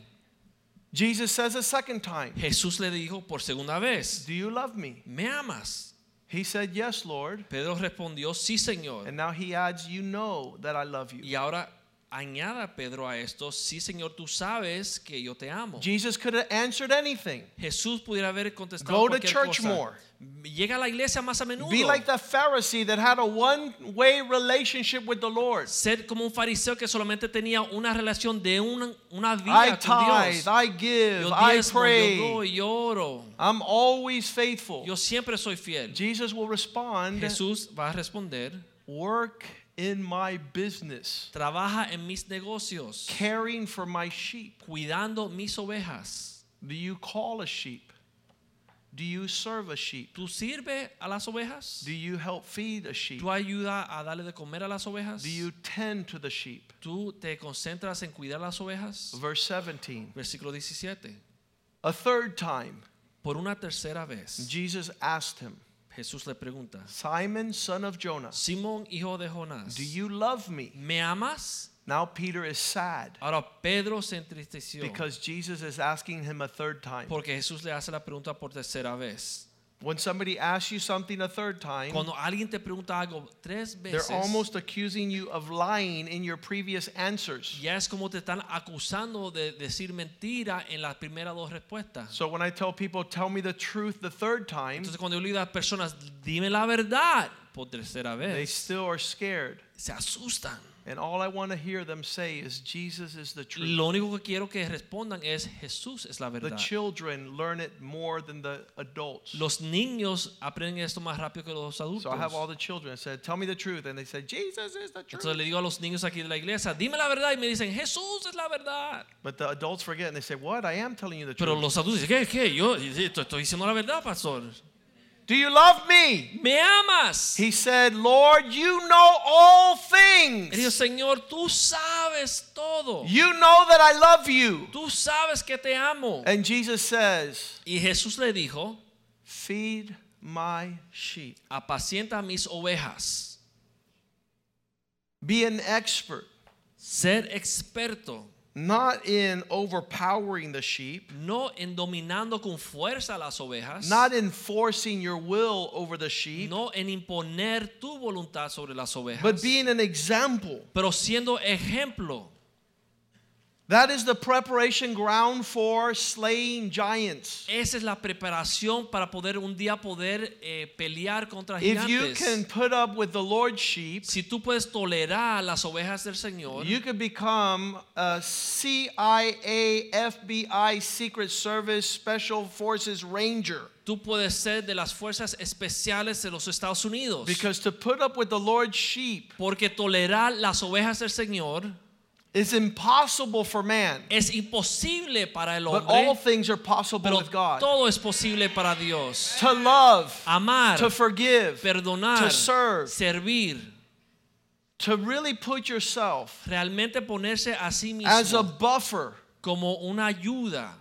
Speaker 1: Jesus says a second time,
Speaker 2: Jesús le dijo por segunda vez,
Speaker 1: Do you love me?
Speaker 2: ¿me amas?
Speaker 1: He said, Yes, Lord.
Speaker 2: Pedro respondió, sí, Señor.
Speaker 1: And now he adds, You know that I love you.
Speaker 2: Y ahora añada Pedro a esto, sí, Señor, tú sabes que yo te amo.
Speaker 1: Jesus could have answered anything.
Speaker 2: Jesús pudiera haber contestado
Speaker 1: Go to
Speaker 2: cualquier
Speaker 1: church
Speaker 2: cosa.
Speaker 1: more.
Speaker 2: Llega a la iglesia más a menudo.
Speaker 1: Be like the Pharisee that had a one way relationship with the Lord.
Speaker 2: Ser como un fariseo que solamente tenía una relación de una, una
Speaker 1: I
Speaker 2: vida con Dios.
Speaker 1: tithe, I give,
Speaker 2: Yo
Speaker 1: I
Speaker 2: diezmo, yo
Speaker 1: pray.
Speaker 2: doy, yo oro.
Speaker 1: I'm always faithful.
Speaker 2: Yo siempre soy fiel.
Speaker 1: Jesus will respond
Speaker 2: Jesús va a responder,
Speaker 1: Work in my business,
Speaker 2: trabaja en mis negocios,
Speaker 1: caring for my sheep.
Speaker 2: cuidando mis ovejas.
Speaker 1: Do you call a sheep? Do you serve a sheep?
Speaker 2: ¿Tú sirves a las ovejas?
Speaker 1: Do you help feed a sheep?
Speaker 2: ¿Tú ayudas a darle de comer a las ovejas?
Speaker 1: Do you tend to the sheep?
Speaker 2: ¿Tú te concentras en cuidar las ovejas?
Speaker 1: Verse 17.
Speaker 2: Versículo 17.
Speaker 1: A third time,
Speaker 2: Por una tercera vez,
Speaker 1: Jesus asked him,
Speaker 2: Jesús le pregunta,
Speaker 1: Simon, son of Jonah,
Speaker 2: Simón, hijo de Jonás,
Speaker 1: do you love me?
Speaker 2: ¿me amas?
Speaker 1: Now Peter is sad
Speaker 2: Ahora Pedro se entristeció
Speaker 1: because Jesus is asking him a third time.
Speaker 2: porque Jesús le hace la pregunta por tercera vez.
Speaker 1: When somebody asks you something a third time,
Speaker 2: Cuando alguien te pregunta algo tres
Speaker 1: they're
Speaker 2: veces,
Speaker 1: almost accusing you of lying in your previous answers.
Speaker 2: ya es como te están acusando de decir mentira en las primeras dos respuestas.
Speaker 1: So when I tell people, tell me the truth the third time,
Speaker 2: Entonces cuando yo le digo a las personas, dime la verdad por tercera
Speaker 1: they
Speaker 2: vez,
Speaker 1: still are scared.
Speaker 2: se asustan.
Speaker 1: And all I want to hear them say is, Jesus is the truth.
Speaker 2: Lo único que quiero que respondan es Jesús es la
Speaker 1: The
Speaker 2: verdad.
Speaker 1: children learn it more than the adults.
Speaker 2: Los niños aprenden esto más rápido que los
Speaker 1: So I have all
Speaker 2: adultos.
Speaker 1: the children. I said, Tell me the truth. And they said, Jesus is the
Speaker 2: Entonces
Speaker 1: truth.
Speaker 2: le digo a los niños aquí de la iglesia, dime la verdad y me dicen, Jesús es la verdad.
Speaker 1: But the adults forget and they say, What? I am telling you the
Speaker 2: Pero
Speaker 1: truth.
Speaker 2: los adultos dicen, ¿qué? ¿Qué? Yo sí, estoy estoy diciendo la verdad, pastor.
Speaker 1: Do you love me?
Speaker 2: ¿Me amas?
Speaker 1: He said, Lord, you know all
Speaker 2: Él dijo,
Speaker 1: things.
Speaker 2: Señor, tú sabes todo.
Speaker 1: You know that I love you.
Speaker 2: Tú sabes que te amo.
Speaker 1: And Jesus says,
Speaker 2: Y Jesús le dijo,
Speaker 1: Feed my sheep.
Speaker 2: apacienta mis ovejas.
Speaker 1: Be an expert,
Speaker 2: Ser experto,
Speaker 1: not in overpowering the sheep,
Speaker 2: no en dominando con fuerza las ovejas,
Speaker 1: not in forcing your will over the sheep,
Speaker 2: no en imponer tu voluntad sobre las ovejas,
Speaker 1: but being an example.
Speaker 2: pero siendo ejemplo.
Speaker 1: That is the preparation ground for slaying giants.
Speaker 2: Esa es la preparación para poder un día poder eh, pelear contra
Speaker 1: If you can
Speaker 2: gigantes.
Speaker 1: put up with the Lord's sheep,
Speaker 2: Si tú puedes tolerar las ovejas del Señor,
Speaker 1: you could become a CIA, FBI, Secret Service, Special Forces Ranger.
Speaker 2: tú puedes ser de las fuerzas especiales de los Estados Unidos.
Speaker 1: Because to put up with the Lord's sheep
Speaker 2: Porque tolerar las ovejas del Señor
Speaker 1: is impossible for man,
Speaker 2: es imposible para el
Speaker 1: but all
Speaker 2: Eh, hombre,
Speaker 1: things are possible
Speaker 2: pero
Speaker 1: with God.
Speaker 2: todo es posible para Dios.
Speaker 1: To love,
Speaker 2: Amar,
Speaker 1: to forgive, to
Speaker 2: perdonar,
Speaker 1: serve.
Speaker 2: servir,
Speaker 1: to really put yourself
Speaker 2: realmente ponerse a sí
Speaker 1: as a
Speaker 2: mismo
Speaker 1: buffer
Speaker 2: como una ayuda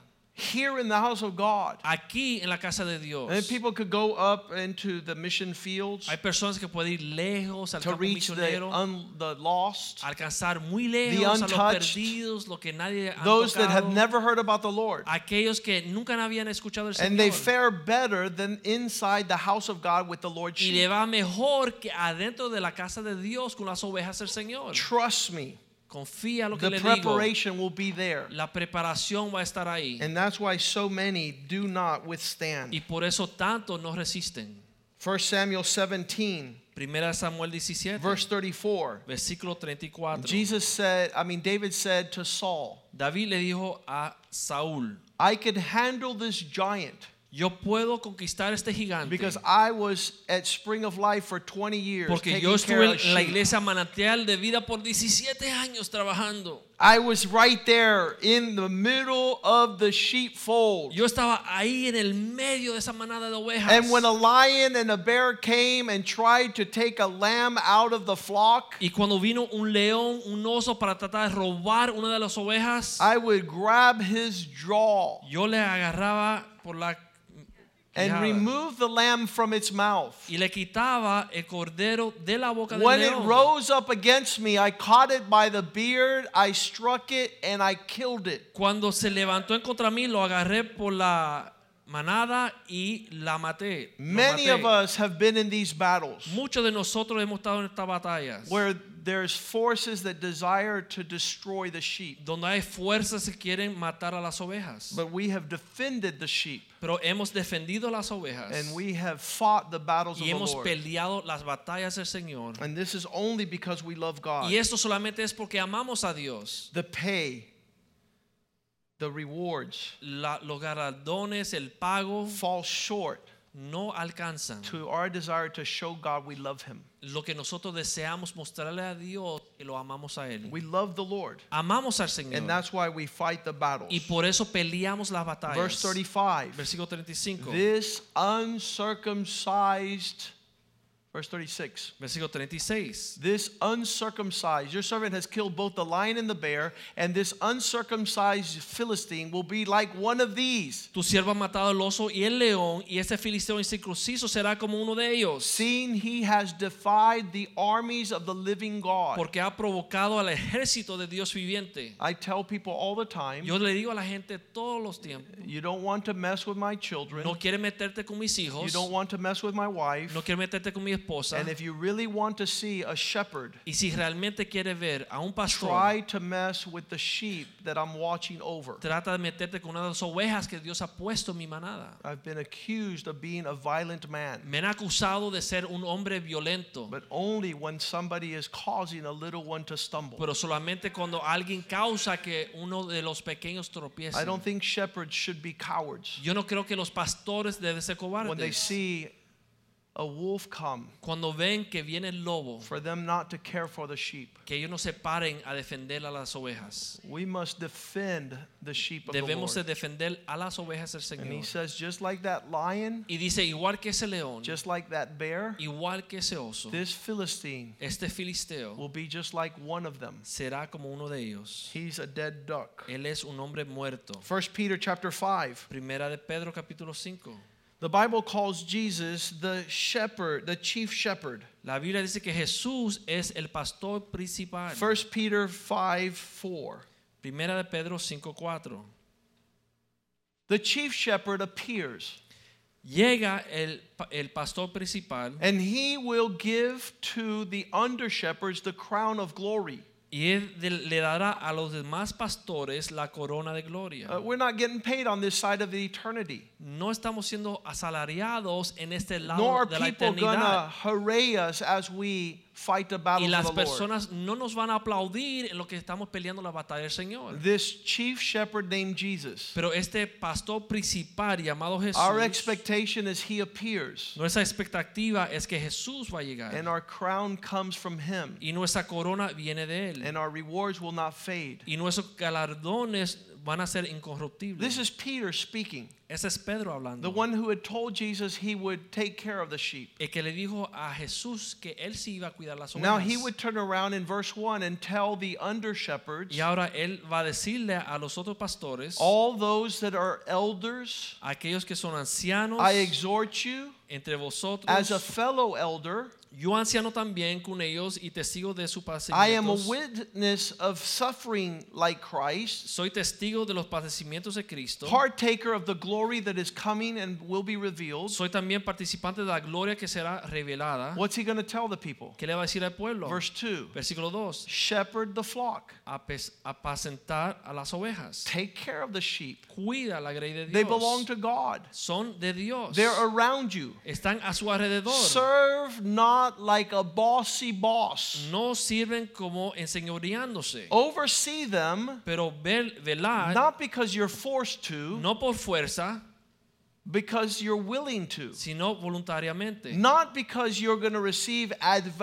Speaker 1: here in the house of God.
Speaker 2: aquí en la casa de Dios.
Speaker 1: And people could go up into the mission fields
Speaker 2: Hay personas que pueden ir lejos al
Speaker 1: to
Speaker 2: campo
Speaker 1: reach the,
Speaker 2: misionero,
Speaker 1: un, the lost,
Speaker 2: alcanzar muy lejos a los
Speaker 1: untouched,
Speaker 2: perdidos, lo que nadie ha
Speaker 1: those that have
Speaker 2: tocado,
Speaker 1: never heard about the Lord.
Speaker 2: aquellos que nunca habían escuchado el
Speaker 1: And they
Speaker 2: Señor.
Speaker 1: fare better than inside the house of God with the Lord's
Speaker 2: Y le
Speaker 1: sheep.
Speaker 2: va mejor que adentro de la casa de Dios con las ovejas del Señor.
Speaker 1: Trust me,
Speaker 2: Confía lo que
Speaker 1: the
Speaker 2: le digo.
Speaker 1: preparation will be there.
Speaker 2: La preparación va a estar ahí.
Speaker 1: And that's why so many do not
Speaker 2: Y
Speaker 1: withstand.
Speaker 2: por eso tanto no resisten.
Speaker 1: 1 Samuel 17,
Speaker 2: Primera Samuel 17,
Speaker 1: verse 34.
Speaker 2: versículo 34.
Speaker 1: Jesus said, I mean, David said to Saul,
Speaker 2: David le dijo a Saúl,
Speaker 1: I could handle this giant
Speaker 2: yo puedo conquistar este gigante
Speaker 1: because I was at Spring of Life for 20 years.
Speaker 2: porque
Speaker 1: taking
Speaker 2: yo
Speaker 1: care of
Speaker 2: estuve en la
Speaker 1: sheep.
Speaker 2: iglesia manantial de vida por 17 años trabajando.
Speaker 1: I was right there in the middle of the sheepfold.
Speaker 2: Yo estaba ahí en el medio de esa manada de ovejas.
Speaker 1: And when a lion and a bear came and tried to take a lamb out of the flock,
Speaker 2: Y cuando vino un león, un oso para tratar de robar una de las ovejas,
Speaker 1: I would grab his jaw
Speaker 2: yo le agarraba por la
Speaker 1: and
Speaker 2: quijada
Speaker 1: remove the lamb from its mouth.
Speaker 2: y le quitaba el cordero de la boca del
Speaker 1: When it
Speaker 2: león.
Speaker 1: rose up against me, I caught it by the beard, I struck it, and I killed it.
Speaker 2: Cuando se levantó en contra mí, lo agarré por la manada y la maté. Lo
Speaker 1: Many
Speaker 2: maté.
Speaker 1: of us have been in these battles
Speaker 2: Muchos de nosotros hemos estado en estas batallas
Speaker 1: where there's forces that desire to destroy the sheep,
Speaker 2: donde hay fuerzas que quieren matar a las ovejas.
Speaker 1: but we have defended the sheep
Speaker 2: Pero hemos defendido las ovejas
Speaker 1: and we have fought the battles of
Speaker 2: y
Speaker 1: the
Speaker 2: hemos
Speaker 1: Lord.
Speaker 2: peleado las batallas del Señor.
Speaker 1: And this is only because we love God.
Speaker 2: Y esto solamente es porque amamos a Dios.
Speaker 1: The pay, the rewards
Speaker 2: La- los galardones, el pago
Speaker 1: fall short
Speaker 2: no alcanzan
Speaker 1: to our desire to show God we love Him.
Speaker 2: lo que nosotros deseamos mostrarle a Dios que lo amamos a Él.
Speaker 1: We love the Lord,
Speaker 2: Amamos al
Speaker 1: and
Speaker 2: Señor
Speaker 1: that's why we fight the
Speaker 2: y
Speaker 1: battles.
Speaker 2: por eso peleamos las
Speaker 1: Verse
Speaker 2: batallas.
Speaker 1: 35.
Speaker 2: Versículo 35.
Speaker 1: This uncircumcised, verse 36.
Speaker 2: Versículo 36.
Speaker 1: This uncircumcised, your servant has killed both the lion and the bear, and this uncircumcised Philistine will be like one of these,
Speaker 2: Tu siervo ha matado al oso y el león, y este filisteo incircunciso será como uno de ellos,
Speaker 1: seeing he has defied the armies of the living God.
Speaker 2: porque ha provocado al ejército de Dios viviente.
Speaker 1: I tell people all the time,
Speaker 2: Yo le digo a la gente todos los tiempos,
Speaker 1: you don't want to mess with my children,
Speaker 2: no quiere meterte con mis
Speaker 1: you
Speaker 2: hijos,
Speaker 1: don't want to mess with my wife,
Speaker 2: no quiere meterte con mi esposa.
Speaker 1: and if you really want to see a shepherd,
Speaker 2: Y si realmente quiere ver a un pastor,
Speaker 1: try to mess with the sheep that I'm watching over.
Speaker 2: trata de meterte con una de las ovejas que Dios ha puesto en mi manada.
Speaker 1: I've been accused of being a violent man,
Speaker 2: Me han acusado de ser un hombre violento,
Speaker 1: but only when somebody is causing a little one to stumble.
Speaker 2: pero solamente cuando alguien causa que uno de los pequeños tropiece.
Speaker 1: I don't think shepherds should be cowards
Speaker 2: Yo no creo que los pastores deben ser
Speaker 1: when they
Speaker 2: cobardes.
Speaker 1: see a wolf come,
Speaker 2: Cuando ven que viene el lobo,
Speaker 1: for them not to care for the sheep.
Speaker 2: que ellos no se paren a defender a las ovejas.
Speaker 1: We must defend the sheep of the
Speaker 2: Debemos de
Speaker 1: Lord.
Speaker 2: defender a las ovejas del
Speaker 1: And he
Speaker 2: Señor.
Speaker 1: says, just like that lion,
Speaker 2: Y dice, igual que ese león,
Speaker 1: just like that bear,
Speaker 2: igual que ese oso,
Speaker 1: this Philistine
Speaker 2: este filisteo
Speaker 1: will be just like one of them.
Speaker 2: será como uno de ellos.
Speaker 1: He's a dead duck.
Speaker 2: Él es un hombre muerto.
Speaker 1: 1 Peter chapter 5.
Speaker 2: Primera de Pedro capítulo 5.
Speaker 1: The Bible calls Jesus the shepherd, the chief shepherd.
Speaker 2: La Biblia dice que Jesús es el pastor principal.
Speaker 1: 1 Peter 5 4.
Speaker 2: Primera de Pedro 5:4.
Speaker 1: The chief shepherd appears,
Speaker 2: Llega el, pa- el pastor principal
Speaker 1: and he will give to the under shepherds the crown of glory.
Speaker 2: y él de- le dará a los demás pastores la corona de gloria.
Speaker 1: Uh, we're not getting paid on this side of the eternity,
Speaker 2: No estamos siendo asalariados en este
Speaker 1: nor
Speaker 2: lado
Speaker 1: are
Speaker 2: de la
Speaker 1: people gonna
Speaker 2: eternidad.
Speaker 1: hooray us as we fight the
Speaker 2: Y
Speaker 1: battle
Speaker 2: las
Speaker 1: of the Lord.
Speaker 2: personas no nos van a aplaudir en lo que estamos peleando la batalla del Señor.
Speaker 1: This chief shepherd named Jesus.
Speaker 2: Pero este pastor principal llamado
Speaker 1: Our
Speaker 2: Jesús,
Speaker 1: expectation is he appears,
Speaker 2: nuestra expectativa es que Jesús va a
Speaker 1: and
Speaker 2: llegar.
Speaker 1: our crown comes from him,
Speaker 2: Y nuestra corona viene de Él.
Speaker 1: and our rewards will not fade.
Speaker 2: y nuestros galardones van a ser
Speaker 1: This
Speaker 2: incorruptibles.
Speaker 1: is Peter speaking,
Speaker 2: Ese es Pedro hablando.
Speaker 1: the one who had told Jesus he would take care of the sheep.
Speaker 2: el que le dijo a Jesús que él sí iba a cuidar las ovejas.
Speaker 1: Now he would turn around in verse 1 and tell the under shepherds,
Speaker 2: y ahora él va a decirle a los otros pastores,
Speaker 1: all those that are elders,
Speaker 2: a aquellos que son ancianos
Speaker 1: I exhort you
Speaker 2: entre vosotros,
Speaker 1: as a fellow elder,
Speaker 2: yo anciano también con ellos y testigo de su
Speaker 1: I am a
Speaker 2: padecimientos.
Speaker 1: witness of suffering like Christ,
Speaker 2: Soy testigo de los padecimientos de Cristo.
Speaker 1: partaker of the glory that is coming and will be revealed.
Speaker 2: Soy también participante de la gloria que será revelada.
Speaker 1: What's he going to tell the people?
Speaker 2: ¿Qué le va a decir al pueblo?
Speaker 1: Verse 2
Speaker 2: Versículo 2.
Speaker 1: Shepherd the flock,
Speaker 2: Apes- apacentar a las ovejas.
Speaker 1: take care of the sheep.
Speaker 2: Cuida la grey de Dios.
Speaker 1: They belong to God,
Speaker 2: Son de Dios.
Speaker 1: they're around you.
Speaker 2: Están a su alrededor.
Speaker 1: Serve not like a bossy boss,
Speaker 2: No sirven como enseñoreándose.
Speaker 1: oversee them.
Speaker 2: Pero vel- velar,
Speaker 1: Oh. Not because you're forced to,
Speaker 2: no por fuerza,
Speaker 1: because you're willing to.
Speaker 2: sino voluntariamente.
Speaker 1: Not because you're going to receive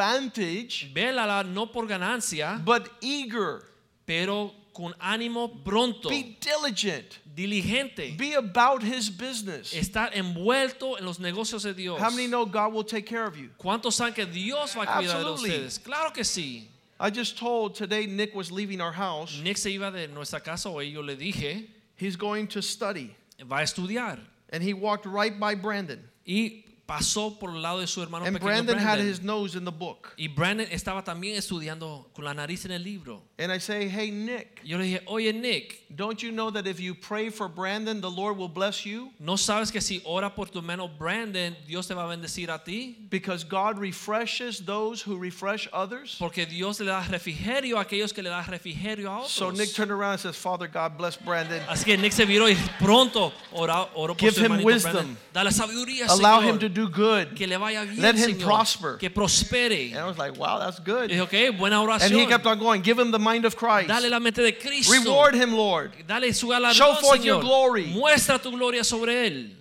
Speaker 1: advantage,
Speaker 2: Velala no por ganancia,
Speaker 1: but eager.
Speaker 2: pero con ánimo pronto,
Speaker 1: Be diligent.
Speaker 2: diligente.
Speaker 1: Be about his business.
Speaker 2: Estar envuelto en los negocios de Dios.
Speaker 1: How many know God will take care of you?
Speaker 2: ¿Cuántos saben que Dios va a cuidar de
Speaker 1: Absolutely.
Speaker 2: ustedes? Claro que sí.
Speaker 1: I just told today Nick was leaving our house.
Speaker 2: Nick se iba de nuestra casa hoy, yo le dije,
Speaker 1: He's going to study.
Speaker 2: va a estudiar.
Speaker 1: And he walked right by Brandon.
Speaker 2: Y pasó por el lado de su hermano
Speaker 1: And
Speaker 2: pequeño
Speaker 1: Brandon had
Speaker 2: Brandon.
Speaker 1: his nose in the book.
Speaker 2: Y Brandon estaba también estudiando con la nariz en el libro.
Speaker 1: And I say, Hey, Nick,
Speaker 2: Yo le dije, oye Nick,
Speaker 1: don't you know that if you pray for Brandon, the Lord will bless you?
Speaker 2: ¿no sabes que si ora por tu hermano Brandon, Dios te va a bendecir a ti?
Speaker 1: Because God refreshes those who refresh others.
Speaker 2: Porque Dios le da refrigerio a aquellos que le da refrigerio a otros.
Speaker 1: So Nick turned around and says, Father God, bless Brandon.
Speaker 2: Así que Nick se viró y pronto oró, oró por
Speaker 1: Give
Speaker 2: su
Speaker 1: him
Speaker 2: hermanito
Speaker 1: wisdom.
Speaker 2: Brandon. Dale sabiduría,
Speaker 1: Allow
Speaker 2: Señor.
Speaker 1: him to do good.
Speaker 2: que le vaya bien,
Speaker 1: Let him
Speaker 2: Señor.
Speaker 1: prosper.
Speaker 2: Que prospere.
Speaker 1: And I was like, wow, that's
Speaker 2: Y dije,
Speaker 1: good.
Speaker 2: ok, buena
Speaker 1: And he
Speaker 2: oración.
Speaker 1: kept on going. Give him the mind of
Speaker 2: Dale
Speaker 1: Christ.
Speaker 2: la mente de Cristo.
Speaker 1: Reward him, Lord.
Speaker 2: Dale su galardón,
Speaker 1: Show forth
Speaker 2: Señor.
Speaker 1: your glory.
Speaker 2: Muestra tu gloria sobre él.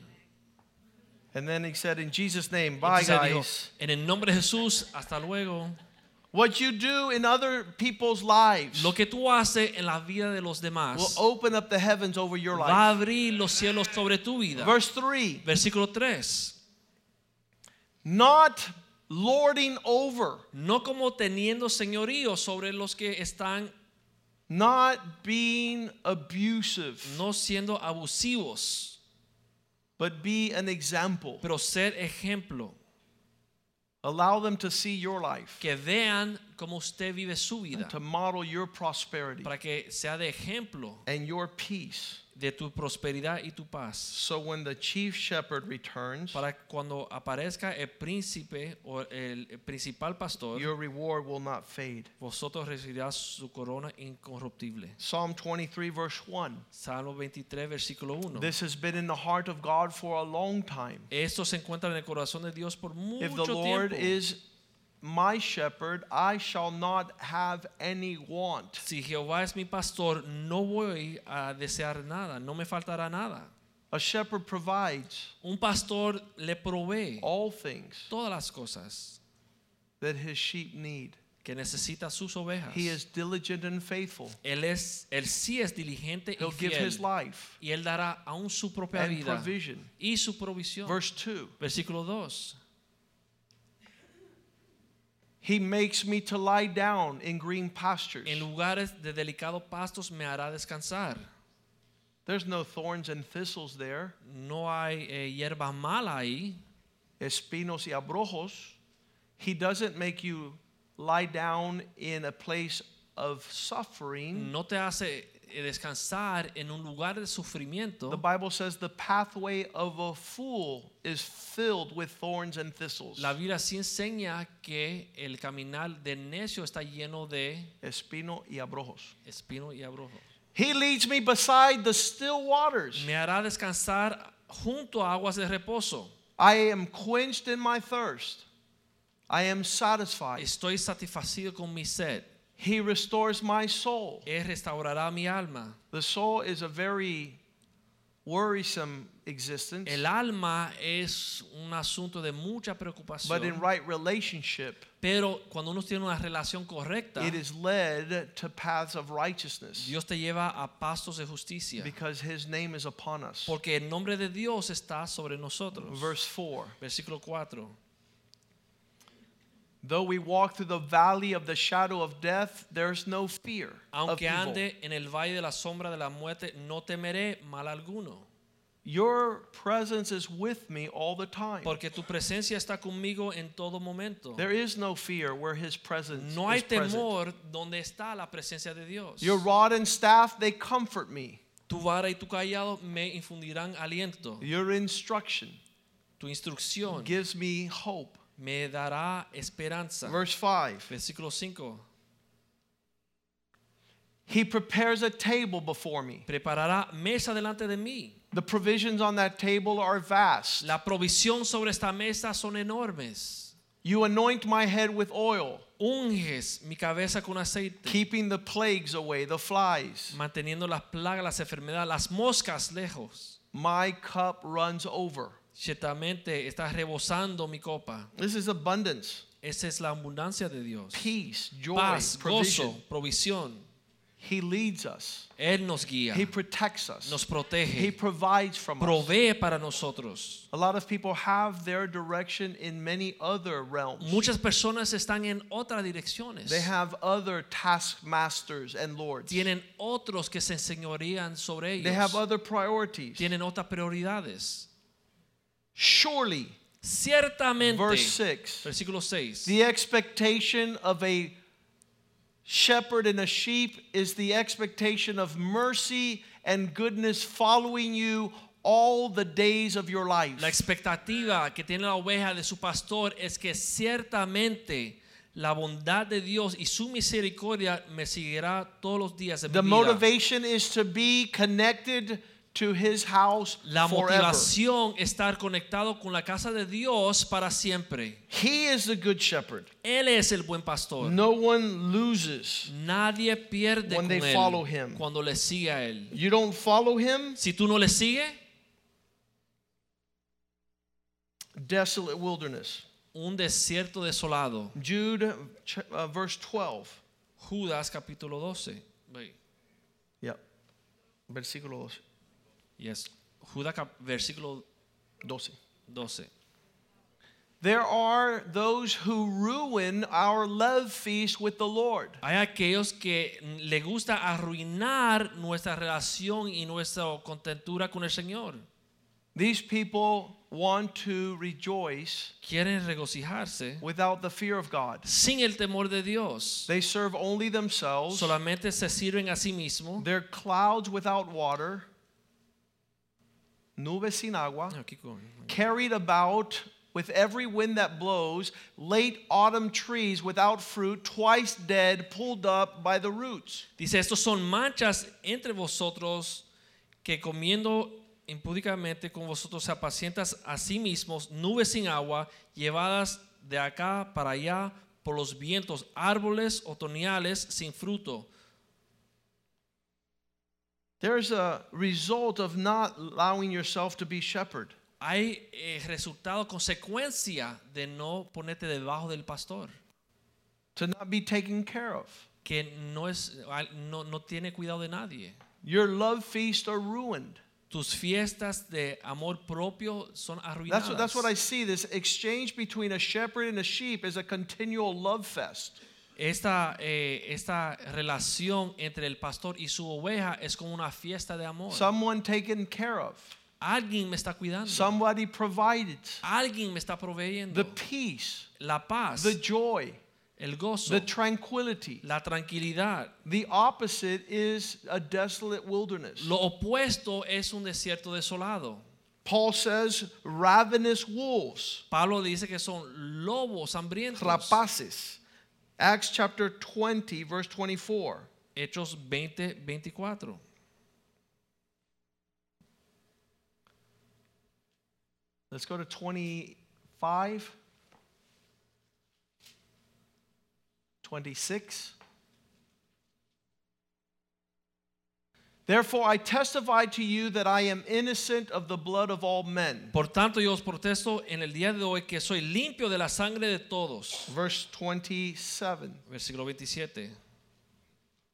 Speaker 1: And then he said, in Jesus' name, bye,
Speaker 2: Entonces dijo,
Speaker 1: guys.
Speaker 2: en el nombre de Jesús, hasta luego.
Speaker 1: What you do in other people's lives
Speaker 2: Lo que tú haces en la vida de los
Speaker 1: will
Speaker 2: demás
Speaker 1: open up the heavens over your
Speaker 2: va a
Speaker 1: life.
Speaker 2: abrir los cielos sobre tu vida.
Speaker 1: Verse 3
Speaker 2: Versículo 3.
Speaker 1: Not lording over,
Speaker 2: No como teniendo señorío sobre los que están
Speaker 1: not being abusive,
Speaker 2: no siendo abusivos,
Speaker 1: but be an example.
Speaker 2: pero ser ejemplo.
Speaker 1: Allow them to see your life,
Speaker 2: Que vean cómo usted vive su vida
Speaker 1: to model your prosperity
Speaker 2: para que sea de ejemplo
Speaker 1: and your peace.
Speaker 2: de tu prosperidad y tu paz.
Speaker 1: So when the chief shepherd returns,
Speaker 2: Para cuando aparezca el príncipe o el principal pastor,
Speaker 1: your reward will not fade.
Speaker 2: vosotros recibirás su corona incorruptible.
Speaker 1: Psalm 23, verse 1.
Speaker 2: Salmo 23, versículo 1.
Speaker 1: This has been in the heart of God for a long time.
Speaker 2: Esto se encuentra en el corazón de Dios por mucho
Speaker 1: If the Lord
Speaker 2: tiempo.
Speaker 1: is my shepherd, I shall not have any want.
Speaker 2: si Jehová es mi pastor, no voy a desear nada, no me faltará nada.
Speaker 1: A shepherd provides
Speaker 2: Un pastor le provee
Speaker 1: all things
Speaker 2: todas las cosas
Speaker 1: that his sheep need.
Speaker 2: que necesita sus ovejas.
Speaker 1: He is diligent and faithful.
Speaker 2: él es, él sí es diligente y
Speaker 1: He'll give
Speaker 2: fiel,
Speaker 1: his life.
Speaker 2: y él dará aún su propia
Speaker 1: and
Speaker 2: vida
Speaker 1: provision.
Speaker 2: y su provisión.
Speaker 1: Verse 2
Speaker 2: Versículo 2.
Speaker 1: He makes me to lie down in green pastures.
Speaker 2: En lugares de delicados pastos me hará descansar.
Speaker 1: There's no thorns and thistles there.
Speaker 2: No hay eh, hierba mala ahí.
Speaker 1: Espinos y abrojos. He doesn't make you lie down in a place of suffering.
Speaker 2: No te hace eh, descansar en un lugar de
Speaker 1: The
Speaker 2: sufrimiento.
Speaker 1: Bible says the pathway of a fool is filled with thorns and thistles.
Speaker 2: La Biblia sí enseña que el caminar de necio está lleno de
Speaker 1: Espino y abrojos.
Speaker 2: espino y abrojo.
Speaker 1: He leads me beside the still waters.
Speaker 2: Me hará descansar junto a aguas de reposo.
Speaker 1: I am quenched in my thirst. I am satisfied.
Speaker 2: Estoy satisfacido con mi sed.
Speaker 1: He restores my soul.
Speaker 2: Él restaurará mi alma.
Speaker 1: The soul is a very worrisome existence,
Speaker 2: El alma es un asunto de mucha
Speaker 1: but in
Speaker 2: preocupación.
Speaker 1: right relationship,
Speaker 2: Pero cuando uno tiene una relación correcta,
Speaker 1: it is led to paths of righteousness
Speaker 2: Dios te lleva a pastos de justicia.
Speaker 1: because his name is upon us.
Speaker 2: Porque el nombre de Dios está sobre nosotros.
Speaker 1: Verse 4
Speaker 2: Versículo 4.
Speaker 1: Though we walk through the valley of the shadow of death, there's no fear of
Speaker 2: Aunque
Speaker 1: evil.
Speaker 2: ande en el valle de la sombra de la muerte, no temeré mal alguno.
Speaker 1: Your presence is with me all the time.
Speaker 2: Porque tu presencia está conmigo en todo momento.
Speaker 1: There is no fear where his presence
Speaker 2: No hay
Speaker 1: is present.
Speaker 2: temor donde está la presencia de Dios.
Speaker 1: Your rod and staff, they comfort me.
Speaker 2: Tu vara y tu callado me infundirán aliento.
Speaker 1: Your instruction
Speaker 2: Tu instrucción
Speaker 1: gives me hope.
Speaker 2: me dará esperanza.
Speaker 1: Verse 5.
Speaker 2: Versículo 5.
Speaker 1: He prepares a table before me.
Speaker 2: Preparará mesa delante de mí.
Speaker 1: The provisions on that table are vast.
Speaker 2: La provisión sobre esta mesa son enormes.
Speaker 1: You anoint my head with oil,
Speaker 2: Unges mi cabeza con aceite,
Speaker 1: keeping the plagues away, the flies.
Speaker 2: manteniendo las plagas, las enfermedades, las moscas lejos.
Speaker 1: My cup runs over.
Speaker 2: Ciertamente está rebosando mi copa.
Speaker 1: This is abundance,
Speaker 2: Esa es la abundancia de Dios.
Speaker 1: peace, joy,
Speaker 2: Paz,
Speaker 1: provision.
Speaker 2: gozo, provisión.
Speaker 1: He leads us.
Speaker 2: Él nos guía,
Speaker 1: He protects us.
Speaker 2: nos
Speaker 1: He
Speaker 2: protege,
Speaker 1: provides from us.
Speaker 2: provee para nosotros.
Speaker 1: A lot of people have their direction in many other realms.
Speaker 2: Muchas personas están en otras direcciones.
Speaker 1: They have other taskmasters and lords.
Speaker 2: Tienen otros que se enseñorían sobre
Speaker 1: They have
Speaker 2: ellos.
Speaker 1: other priorities.
Speaker 2: Tienen otras prioridades.
Speaker 1: Surely,
Speaker 2: Ciertamente,
Speaker 1: verse 6,
Speaker 2: versículo 6,
Speaker 1: the expectation of a shepherd and a sheep is the expectation of mercy and goodness following you all the days of your life.
Speaker 2: la expectativa que tiene la oveja de su pastor es que ciertamente la bondad de Dios y su misericordia me seguirá todos los días de
Speaker 1: the
Speaker 2: mi vida.
Speaker 1: motivation is to be connected to his house
Speaker 2: La
Speaker 1: forever.
Speaker 2: motivación es estar conectado con la casa de Dios para siempre.
Speaker 1: He is the good shepherd.
Speaker 2: Él es el buen pastor.
Speaker 1: No one loses.
Speaker 2: Nadie pierde
Speaker 1: When
Speaker 2: con
Speaker 1: they
Speaker 2: él
Speaker 1: follow him.
Speaker 2: cuando le sigue a él.
Speaker 1: You don't follow him,
Speaker 2: Si tú no le sigues,
Speaker 1: desolate wilderness.
Speaker 2: un desierto desolado.
Speaker 1: Jude ch- uh, verse 12.
Speaker 2: Judas capítulo 12. Wait.
Speaker 1: Yep. Versículo 12.
Speaker 2: Yes. Judas cap- versículo
Speaker 1: 12.
Speaker 2: 12.
Speaker 1: There are those who ruin our love feast with the Lord.
Speaker 2: Hay aquellos que le gusta arruinar nuestra relación y nuestra contentura con el Señor.
Speaker 1: These people want to rejoice
Speaker 2: Quieren regocijarse
Speaker 1: without the fear of God.
Speaker 2: sin el temor de Dios.
Speaker 1: They serve only themselves.
Speaker 2: Solamente se sirven a sí mismos.
Speaker 1: They're clouds without water, nubes sin agua,
Speaker 2: Aquí con-
Speaker 1: carried about with every wind that blows, late autumn trees without fruit, twice dead, pulled up by the roots.
Speaker 2: Dice, estos son manchas entre vosotros que comiendo impúdicamente con vosotros se apacientas a sí mismos, nubes sin agua, llevadas de acá para allá por los vientos, árboles otoñales sin fruto.
Speaker 1: There's a result of not allowing yourself to be shepherd.
Speaker 2: Hay eh, resultado, consecuencia de no ponerte debajo del pastor,
Speaker 1: to not be taken care of.
Speaker 2: que no, es, al- no, no tiene cuidado de nadie.
Speaker 1: Your love feasts are ruined.
Speaker 2: Tus fiestas de amor propio son arruinadas.
Speaker 1: That's what, that's what I see. This exchange between a shepherd and a sheep is a continual love fest.
Speaker 2: esta, eh, esta relación entre el pastor y su oveja es como una fiesta de amor.
Speaker 1: Someone taken care of,
Speaker 2: Alguien me está cuidando.
Speaker 1: somebody provided.
Speaker 2: Alguien me está proveyendo.
Speaker 1: The peace,
Speaker 2: la paz,
Speaker 1: the joy,
Speaker 2: el gozo,
Speaker 1: the tranquility.
Speaker 2: la tranquilidad.
Speaker 1: The opposite is a desolate wilderness.
Speaker 2: Lo opuesto es un desierto desolado.
Speaker 1: Paul says, ravenous wolves,
Speaker 2: Pablo dice que son lobos hambrientos.
Speaker 1: rapaces. Acts chapter 20, verse 24.
Speaker 2: Hechos 20, 24.
Speaker 1: Let's go to 25, 26. Therefore, I testify to you that I am innocent of the blood of all men.
Speaker 2: Por tanto, yo os protesto en el día de hoy que soy limpio de la sangre de todos.
Speaker 1: Verse 27.
Speaker 2: Versículo 27.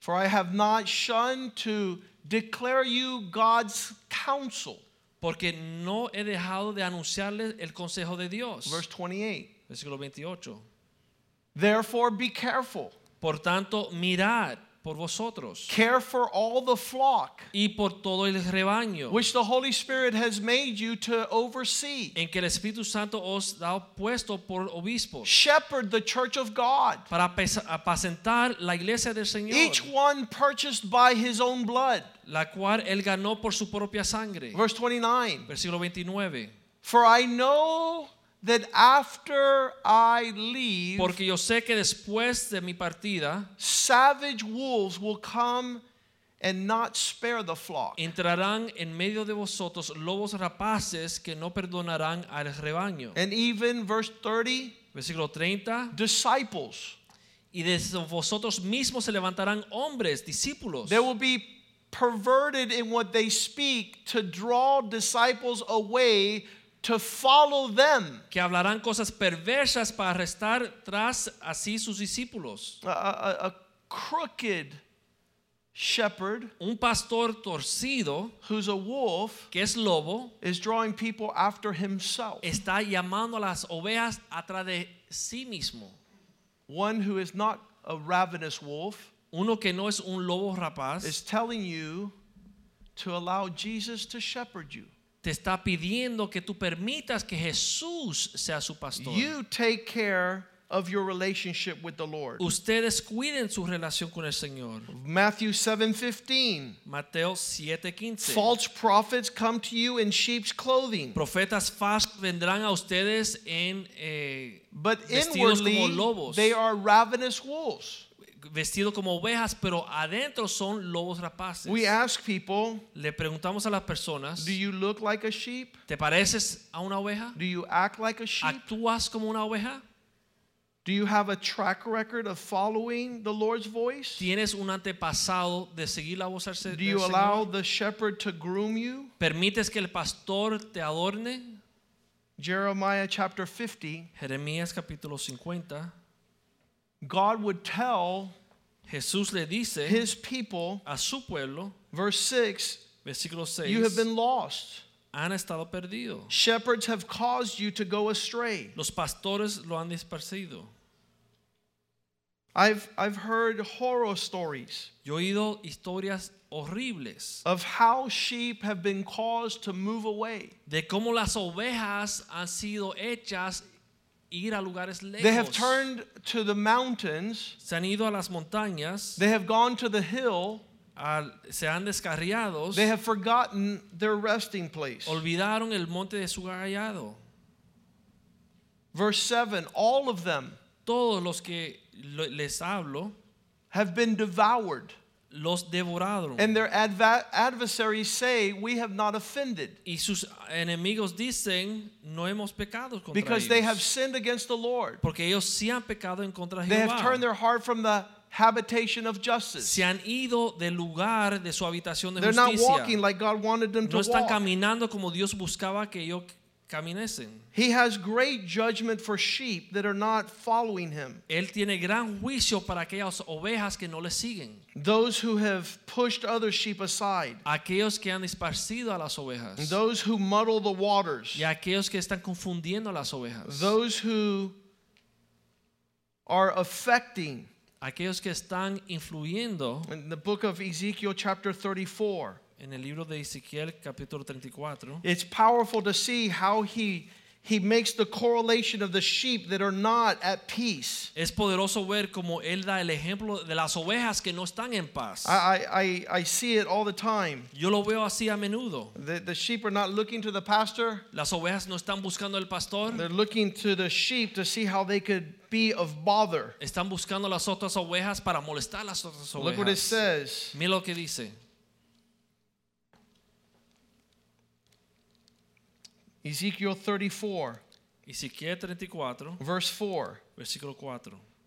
Speaker 1: For I have not shunned to declare you God's counsel.
Speaker 2: Porque no he dejado de anunciarles el consejo de Dios.
Speaker 1: Verse 28.
Speaker 2: Versículo 28.
Speaker 1: Therefore, be careful.
Speaker 2: Por tanto, mirad por vosotros
Speaker 1: Care for all the flock
Speaker 2: y por todo el rebaño
Speaker 1: which the Holy Spirit has made you to oversee.
Speaker 2: en que el Espíritu Santo os ha puesto por obispos
Speaker 1: shepherd the church of God.
Speaker 2: para apes- apacentar la iglesia del Señor,
Speaker 1: Each one purchased by his own blood.
Speaker 2: la cual él ganó por su propia sangre.
Speaker 1: Verse 29
Speaker 2: Versículo 29.
Speaker 1: For I know that after I leave,
Speaker 2: Porque yo sé que después de mi partida
Speaker 1: savage wolves will come and not spare the flock.
Speaker 2: entrarán en medio de vosotros lobos rapaces que no perdonarán al rebaño.
Speaker 1: And even verse 30
Speaker 2: Versículo 30.
Speaker 1: disciples.
Speaker 2: Y de vosotros mismos se levantarán hombres, discípulos,
Speaker 1: They will be perverted in what they speak to draw disciples away to follow them.
Speaker 2: que hablarán cosas perversas para arrestar tras así sus discípulos.
Speaker 1: A- a- a- a crooked shepherd.
Speaker 2: Un pastor torcido,
Speaker 1: who's a wolf
Speaker 2: que es lobo,
Speaker 1: is drawing people after himself.
Speaker 2: está llamando a las ovejas atrás de sí mismo.
Speaker 1: One who is not a ravenous wolf
Speaker 2: Uno que no es un lobo
Speaker 1: is
Speaker 2: rapaz,
Speaker 1: telling you to allow Jesus to shepherd you.
Speaker 2: te está pidiendo que tú permitas que Jesús sea su pastor.
Speaker 1: You take care of your relationship with the Lord.
Speaker 2: Ustedes cuiden su relación con el Señor.
Speaker 1: Matthew 7:15
Speaker 2: Mateo 7:15.
Speaker 1: False prophets come to you in sheep's clothing,
Speaker 2: Profetas fast vendrán a ustedes en eh,
Speaker 1: but
Speaker 2: vestidos como
Speaker 1: inwardly
Speaker 2: lobos,
Speaker 1: they are ravenous wolves.
Speaker 2: vestidos como ovejas, pero adentro son lobos rapaces.
Speaker 1: We ask people,
Speaker 2: Le preguntamos a las personas,
Speaker 1: do you look like a sheep?
Speaker 2: ¿te pareces a una oveja?
Speaker 1: Do you act like a sheep?
Speaker 2: ¿Actúas como una oveja?
Speaker 1: Do you have a track record of following the Lord's voice?
Speaker 2: ¿Tienes un antepasado de seguir la voz del se-
Speaker 1: Do
Speaker 2: del
Speaker 1: you
Speaker 2: Señor?
Speaker 1: allow the shepherd to groom you?
Speaker 2: ¿Permites que el pastor te adorne?
Speaker 1: Jeremiah chapter 50,
Speaker 2: Jeremías capítulo 50.
Speaker 1: God would tell
Speaker 2: Jesús le dice
Speaker 1: his people,
Speaker 2: a su pueblo,
Speaker 1: verse 6,
Speaker 2: versículo 6,
Speaker 1: you have been lost.
Speaker 2: han estado perdidos.
Speaker 1: Shepherds have caused you to go astray.
Speaker 2: Los pastores lo han disparcido.
Speaker 1: I've, I've heard horror stories
Speaker 2: Yo he oído historias horribles
Speaker 1: of how sheep have been caused to move away.
Speaker 2: de cómo las ovejas han sido hechas ir a lugares lejos.
Speaker 1: They have turned to the mountains,
Speaker 2: se han ido a las montañas,
Speaker 1: they have gone to the hill,
Speaker 2: al- se han descarriado,
Speaker 1: they have forgotten their resting place.
Speaker 2: Oh, olvidaron el monte de su gallado.
Speaker 1: Verse 7 All of them
Speaker 2: Todos los que lo- les hablo
Speaker 1: have been devoured,
Speaker 2: los devoraron.
Speaker 1: and their adva- adversaries say, We have not offended,
Speaker 2: y sus enemigos dicen, no hemos pecado contra
Speaker 1: because they
Speaker 2: ellos.
Speaker 1: have sinned against the Lord.
Speaker 2: porque ellos sí han pecado en contra de
Speaker 1: They
Speaker 2: Jehová.
Speaker 1: have turned their heart from the habitation of justice.
Speaker 2: se han ido del lugar de su habitación de
Speaker 1: They're not walking
Speaker 2: justicia.
Speaker 1: like God wanted them to
Speaker 2: No están
Speaker 1: walk.
Speaker 2: caminando como Dios buscaba que ellos caminesen.
Speaker 1: He has great judgment for sheep that are not following him.
Speaker 2: Él tiene gran juicio para aquellas ovejas que no le siguen,
Speaker 1: Those who have pushed other sheep aside,
Speaker 2: aquellos que han esparcido a las ovejas
Speaker 1: those who muddle the waters,
Speaker 2: y aquellos que están confundiendo a las ovejas,
Speaker 1: those who are affecting.
Speaker 2: aquellos que están influyendo
Speaker 1: In the book of Ezekiel, chapter 34,
Speaker 2: en el libro de Ezequiel capítulo 34.
Speaker 1: it's powerful to see how he, he makes the correlation of the sheep that are not at peace.
Speaker 2: Es poderoso ver cómo él da el ejemplo de las ovejas que no están en paz.
Speaker 1: I, I, I, I see it all the time.
Speaker 2: Yo lo veo así a menudo.
Speaker 1: The, the sheep are not looking to the pastor,
Speaker 2: Las ovejas no están buscando al pastor,
Speaker 1: They're looking to the sheep to see how they could be of bother.
Speaker 2: están buscando las otras ovejas para molestar a las otras
Speaker 1: Look what it
Speaker 2: ovejas.
Speaker 1: says.
Speaker 2: Mira lo que dice.
Speaker 1: Ezekiel 34,
Speaker 2: Ezequiel 34,
Speaker 1: verse 4.
Speaker 2: versículo 4.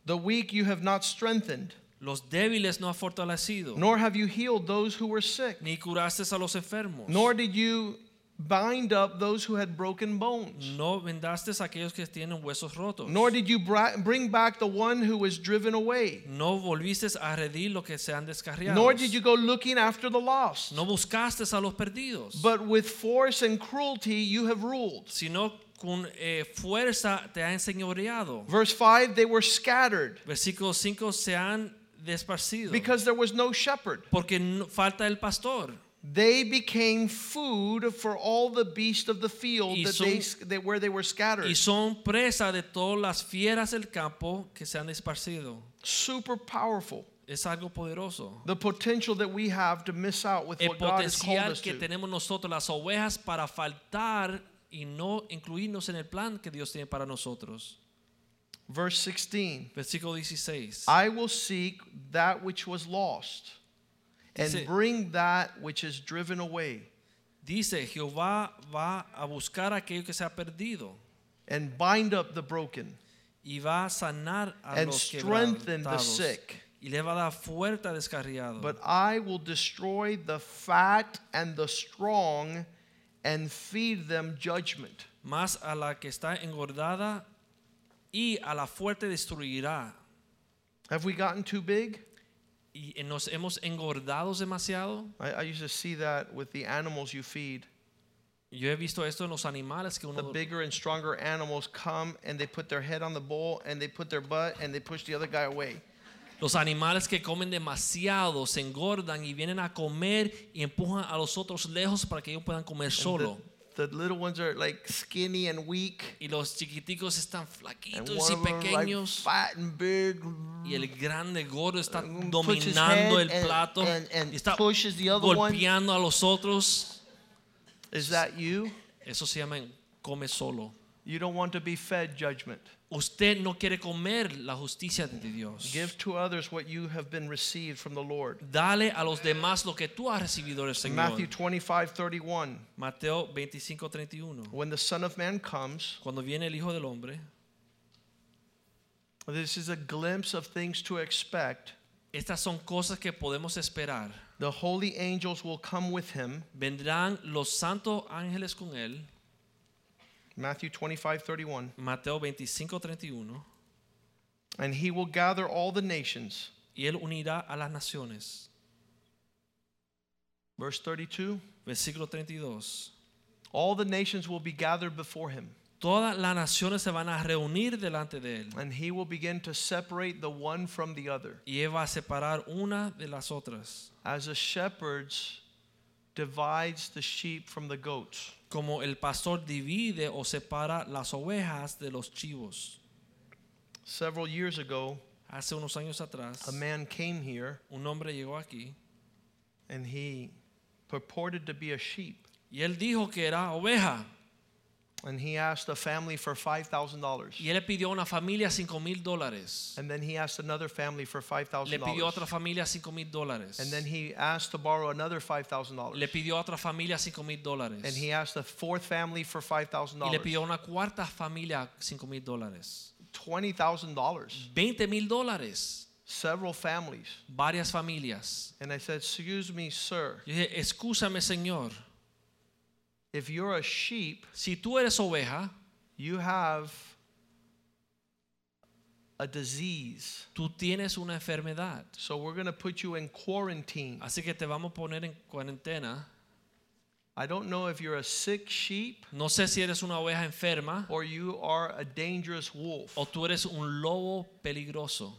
Speaker 1: The weak you have not strengthened,
Speaker 2: Los débiles no has fortalecido,
Speaker 1: nor have you healed those who were sick,
Speaker 2: ni curaste a los enfermos,
Speaker 1: nor did you bind up those who had broken bones,
Speaker 2: no vendaste a aquellos que tienen huesos rotos,
Speaker 1: nor did you bra- bring back the one who was driven away,
Speaker 2: no volviste a redir lo que se han descarriado,
Speaker 1: nor did you go looking after the lost.
Speaker 2: no buscaste a los perdidos,
Speaker 1: But with force and cruelty you have ruled.
Speaker 2: sino con eh, fuerza te ha enseñoreado.
Speaker 1: Verse 5 They were scattered
Speaker 2: Versículo 5, se han desparcido.
Speaker 1: because there was no shepherd.
Speaker 2: porque no- falta el pastor
Speaker 1: They became food for all the beasts of the field
Speaker 2: Y
Speaker 1: that
Speaker 2: son-
Speaker 1: they, that where they were
Speaker 2: y
Speaker 1: scattered.
Speaker 2: son presa de todas las fieras del campo que se han esparcido.
Speaker 1: Super powerful.
Speaker 2: Es algo poderoso.
Speaker 1: The potential that we have to miss out with
Speaker 2: El
Speaker 1: what God has called
Speaker 2: potencial
Speaker 1: us
Speaker 2: que
Speaker 1: to.
Speaker 2: tenemos nosotros, las ovejas, para faltar y no incluirnos en el plan que Dios tiene para nosotros.
Speaker 1: Verse 16
Speaker 2: Versículo 16.
Speaker 1: I will seek that which was lost and
Speaker 2: Dice-
Speaker 1: bring that which is driven away
Speaker 2: Dice, Jehová va a buscar a aquello que se ha perdido
Speaker 1: and bind up the broken.
Speaker 2: y va a sanar a
Speaker 1: And
Speaker 2: los
Speaker 1: strengthen the
Speaker 2: quebrantados
Speaker 1: sick.
Speaker 2: y le va a dar fuerte a descarriado.
Speaker 1: But I will destroy the fat and the strong and feed them judgment.
Speaker 2: más a la que está engordada y a la fuerte destruirá.
Speaker 1: Have we gotten too big?
Speaker 2: Y nos hemos engordado demasiado.
Speaker 1: I, I used to see that with the animals you feed.
Speaker 2: Yo he visto esto en los animales que
Speaker 1: The
Speaker 2: uno
Speaker 1: bigger and stronger animals come and they put their head on the bowl and they put their butt and they push the other guy away.
Speaker 2: los animales que comen demasiado se engordan y vienen a comer y empujan a los otros lejos para que ellos puedan comer
Speaker 1: And
Speaker 2: solo.
Speaker 1: The, the little ones are like skinny and weak.
Speaker 2: Y los chiquiticos están
Speaker 1: And
Speaker 2: flaquitos
Speaker 1: one
Speaker 2: y
Speaker 1: of them are, like
Speaker 2: pequeños
Speaker 1: fat and big.
Speaker 2: y el grande gordo está
Speaker 1: puts his
Speaker 2: dominando
Speaker 1: head
Speaker 2: el
Speaker 1: and-
Speaker 2: plato
Speaker 1: and- and
Speaker 2: y está
Speaker 1: pushes the other one.
Speaker 2: golpeando a los otros.
Speaker 1: Is that you?
Speaker 2: Eso se llama come solo.
Speaker 1: You don't want to be fed judgment.
Speaker 2: Usted no quiere comer la justicia de Dios.
Speaker 1: Give to others what you have been received from the Lord.
Speaker 2: Dale a los demás lo que tú has recibido del Señor.
Speaker 1: Matthew 25, 31.
Speaker 2: Mateo 25:31.
Speaker 1: When the Son of Man comes,
Speaker 2: Cuando viene el Hijo del Hombre,
Speaker 1: this is a glimpse of things to expect.
Speaker 2: estas son cosas que podemos esperar.
Speaker 1: The holy angels will come with him.
Speaker 2: Vendrán los santos ángeles con él.
Speaker 1: Matthew 25, 31.
Speaker 2: Mateo 25:31.
Speaker 1: And he will gather all the nations.
Speaker 2: Y él unirá a las naciones.
Speaker 1: Verse 32.
Speaker 2: Versículo 32.
Speaker 1: All the nations will be gathered before him.
Speaker 2: Todas las naciones se van a reunir delante de él.
Speaker 1: And he will begin to separate the one from the other.
Speaker 2: Y él va a separar una de las otras.
Speaker 1: As a shepherd's divides the sheep from the goats.
Speaker 2: como el pastor divide o separa las ovejas de los chivos.
Speaker 1: Several years ago,
Speaker 2: Hace unos años atrás,
Speaker 1: a man came here
Speaker 2: un hombre llegó aquí
Speaker 1: and he purported to be a sheep.
Speaker 2: y él dijo que era oveja
Speaker 1: And he asked a family for $5,000.
Speaker 2: y él le pidió a una familia 5 mil dólares.
Speaker 1: And then he asked another family for
Speaker 2: Le pidió a otra
Speaker 1: $5,000.
Speaker 2: familia 5 mil dólares.
Speaker 1: And then he asked to borrow another $5,000.
Speaker 2: Le pidió a otra familia 5 mil
Speaker 1: And
Speaker 2: dólares.
Speaker 1: he asked the fourth family for
Speaker 2: Y le pidió
Speaker 1: $5,000.
Speaker 2: a una cuarta familia 5 mil dólares.
Speaker 1: $20,000.
Speaker 2: Mm. $20 mil dólares.
Speaker 1: several families.
Speaker 2: varias familias.
Speaker 1: And I said, Excuse me, sir,
Speaker 2: Yo dije, escúchame Señor,
Speaker 1: if you're a sheep,
Speaker 2: si tú eres oveja,
Speaker 1: you have a disease.
Speaker 2: tú tienes una enfermedad.
Speaker 1: So we're going to put you in quarantine.
Speaker 2: Así que te vamos a poner en cuarentena.
Speaker 1: I don't know if you're a sick sheep
Speaker 2: No sé si eres una oveja enferma
Speaker 1: or you are a dangerous wolf.
Speaker 2: o tú eres un lobo peligroso.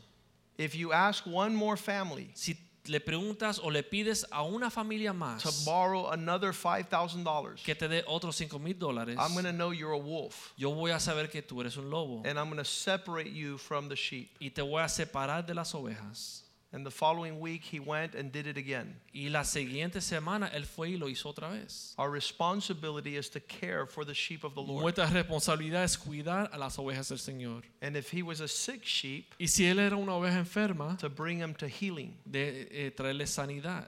Speaker 1: If you ask one more family
Speaker 2: Si le preguntas o le pides a una familia
Speaker 1: to
Speaker 2: más
Speaker 1: borrow another $5,000,
Speaker 2: que te dé otros 5 mil dólares,
Speaker 1: I'm going to know you're a wolf
Speaker 2: yo voy a saber que tú eres un lobo
Speaker 1: and I'm going to separate you from the sheep.
Speaker 2: y te voy a separar de las ovejas.
Speaker 1: And the following week, he went and did it again.
Speaker 2: Y la siguiente semana él fue y lo hizo otra vez.
Speaker 1: Our responsibility is to care for the sheep of the Lord.
Speaker 2: Nuestra responsabilidad es cuidar a las ovejas del Señor.
Speaker 1: And if he was a sick sheep,
Speaker 2: Y si él era una oveja enferma,
Speaker 1: to bring him to healing.
Speaker 2: de eh, traerle sanidad.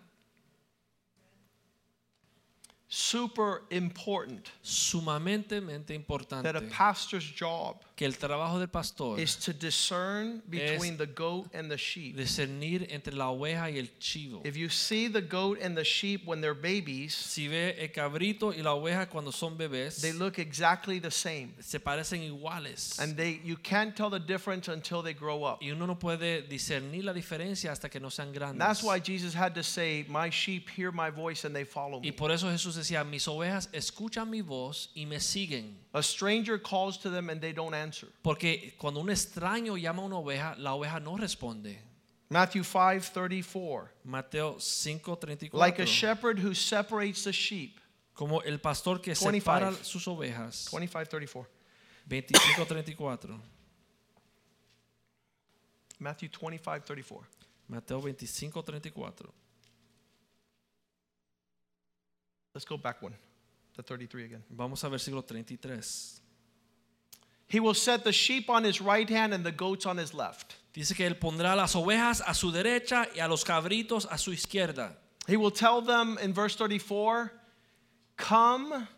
Speaker 1: Super important
Speaker 2: Sumamente importante
Speaker 1: that a pastor's job
Speaker 2: que el trabajo del pastor
Speaker 1: is to discern between the goat and the sheep.
Speaker 2: discernir entre la oveja y el chivo.
Speaker 1: If you see the goat and the sheep when they're babies,
Speaker 2: Si ve el cabrito y la oveja cuando son bebés,
Speaker 1: they look exactly the same.
Speaker 2: se parecen iguales.
Speaker 1: And they you can't tell the difference until they grow up.
Speaker 2: y uno no puede discernir la diferencia hasta que no sean
Speaker 1: And
Speaker 2: grandes.
Speaker 1: that's why Jesus had to say, My sheep hear my voice and they follow
Speaker 2: y
Speaker 1: me.
Speaker 2: por eso Jesús decía, mis ovejas escuchan mi voz y me siguen.
Speaker 1: A stranger calls to them and they don't answer.
Speaker 2: Porque cuando un extraño llama a una oveja, la oveja no responde.
Speaker 1: Matthew 5 34.
Speaker 2: Mateo 5:34.
Speaker 1: Like a shepherd who separates the sheep.
Speaker 2: como el pastor que
Speaker 1: 25.
Speaker 2: separa sus ovejas.
Speaker 1: 25 34.
Speaker 2: 25:34.
Speaker 1: Matthew 25 34.
Speaker 2: Mateo 25:34.
Speaker 1: Let's go back one to 33 again.
Speaker 2: Vamos al versículo 33.
Speaker 1: He will set the sheep on his right hand and the goats on his left.
Speaker 2: Dice que él pondrá las ovejas a su derecha y a los cabritos a su izquierda.
Speaker 1: He will tell them in verse 34 Come,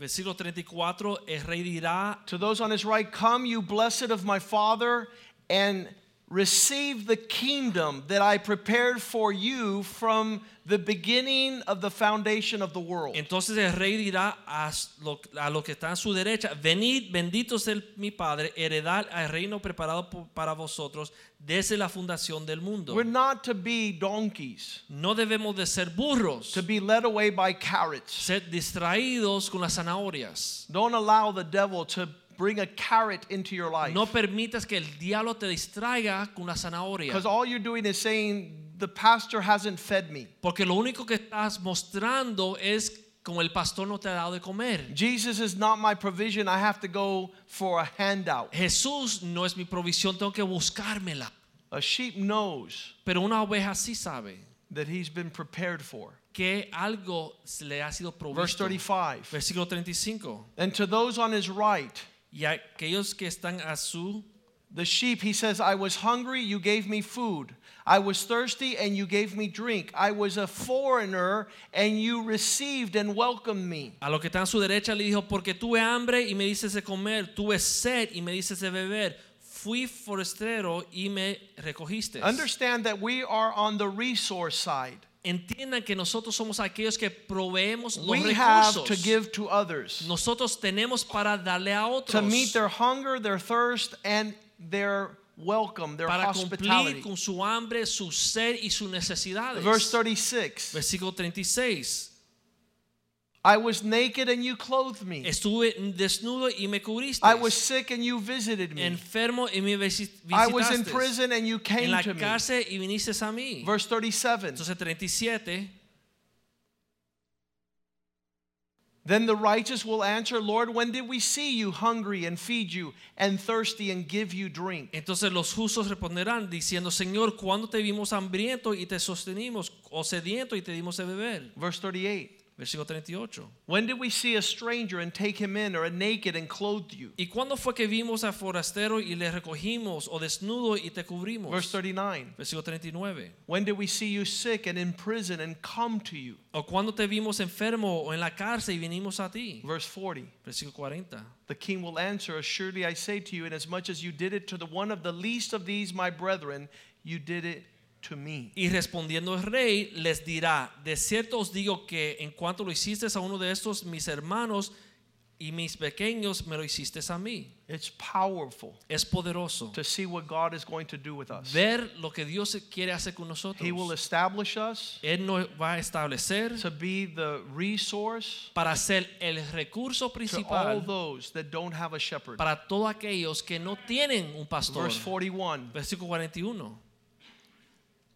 Speaker 2: Versículo 34, el rey dirá
Speaker 1: to those on his right, come, you blessed of my father, and receive the kingdom that I prepared for you from the beginning of the foundation of the world.
Speaker 2: Entonces el rey dirá a lo- a los que están a su derecha, venid, benditos de mi Padre, heredad el reino preparado po- para vosotros desde la fundación del mundo.
Speaker 1: We're not to be donkeys,
Speaker 2: No debemos de ser burros,
Speaker 1: to be led away by carrots.
Speaker 2: ser distraídos con las zanahorias.
Speaker 1: Don't allow the devil to bring a carrot into your life.
Speaker 2: No permitas que el diablo te distraiga con la zanahoria.
Speaker 1: Because all you're doing is saying, the pastor hasn't fed me.
Speaker 2: Porque lo único que estás mostrando es como el pastor no te ha dado de comer.
Speaker 1: Jesus is not my provision. I have to go for a handout.
Speaker 2: Jesús no es mi provisión, tengo que buscármela.
Speaker 1: A sheep knows
Speaker 2: Pero una oveja sí sabe.
Speaker 1: that he's been prepared for.
Speaker 2: que algo se le ha sido
Speaker 1: Verse
Speaker 2: provisto.
Speaker 1: 35.
Speaker 2: Versículo 35.
Speaker 1: And to those on his right,
Speaker 2: Y aquellos que están a su
Speaker 1: the sheep, he says, I was hungry, you gave me food. I was thirsty, and you gave me drink. I was a foreigner, and you received and welcomed me.
Speaker 2: a los que están a su derecha le dijo, "Porque tuve hambre y me dices de comer, tuve sed y me dices de beber, fui forastero y me recogiste."
Speaker 1: Understand that we are on the resource side.
Speaker 2: Entiendan que nosotros somos aquellos que proveemos los
Speaker 1: We have to
Speaker 2: recursos.
Speaker 1: give to others.
Speaker 2: nosotros tenemos para darle a
Speaker 1: to
Speaker 2: otros
Speaker 1: meet their hunger, their thirst, and their welcome, their
Speaker 2: para cumplir
Speaker 1: hospitality.
Speaker 2: con su hambre, su sed y sus necesidades.
Speaker 1: Verse 36
Speaker 2: Versículo 36.
Speaker 1: I was naked and you clothed me.
Speaker 2: Estuve desnudo y me cubriste.
Speaker 1: I was sick and you visited me.
Speaker 2: enfermo y me visi-
Speaker 1: I was in
Speaker 2: visitaste.
Speaker 1: prison and you
Speaker 2: en
Speaker 1: came
Speaker 2: la
Speaker 1: to me.
Speaker 2: cárcel y viniste a mí.
Speaker 1: Verse 37
Speaker 2: Entonces 37.
Speaker 1: Then the righteous will answer, Lord, when did we see you hungry and feed you, and thirsty and give you drink?
Speaker 2: Entonces los justos responderán diciendo, Señor, ¿cuándo te vimos hambriento y te sostenimos, o sediento y te dimos de beber?
Speaker 1: Verse 38
Speaker 2: Versículo 38.
Speaker 1: When did we see a stranger and take him in, or a naked and clothed you?
Speaker 2: ¿Y cuándo fue que vimos a forastero y le recogimos o desnudo y te cubrimos?
Speaker 1: Verse 39.
Speaker 2: Versículo 39.
Speaker 1: When did we see you sick and in prison and come to you?
Speaker 2: ¿O cuándo te vimos enfermo o en la cárcel y vinimos a ti?
Speaker 1: Verse 40.
Speaker 2: Versículo 40.
Speaker 1: The king will answer, Assuredly I say to you, inasmuch as you did it to the one of the least of these, my brethren, you did it to me.
Speaker 2: Y respondiendo el rey les dirá, de cierto os digo que en cuanto lo hiciste a uno de estos mis hermanos y mis pequeños, me lo hiciste a mí.
Speaker 1: It's powerful
Speaker 2: Es poderoso
Speaker 1: to see what God is going to do with us.
Speaker 2: ver lo que Dios quiere hacer con
Speaker 1: He will
Speaker 2: nosotros.
Speaker 1: establish us
Speaker 2: Él nos va a establecer
Speaker 1: to be the resource
Speaker 2: para ser el
Speaker 1: to
Speaker 2: recurso
Speaker 1: all
Speaker 2: principal
Speaker 1: those that don't have a shepherd.
Speaker 2: para todos aquellos que no tienen un pastor.
Speaker 1: Verse 41.
Speaker 2: Versículo 41.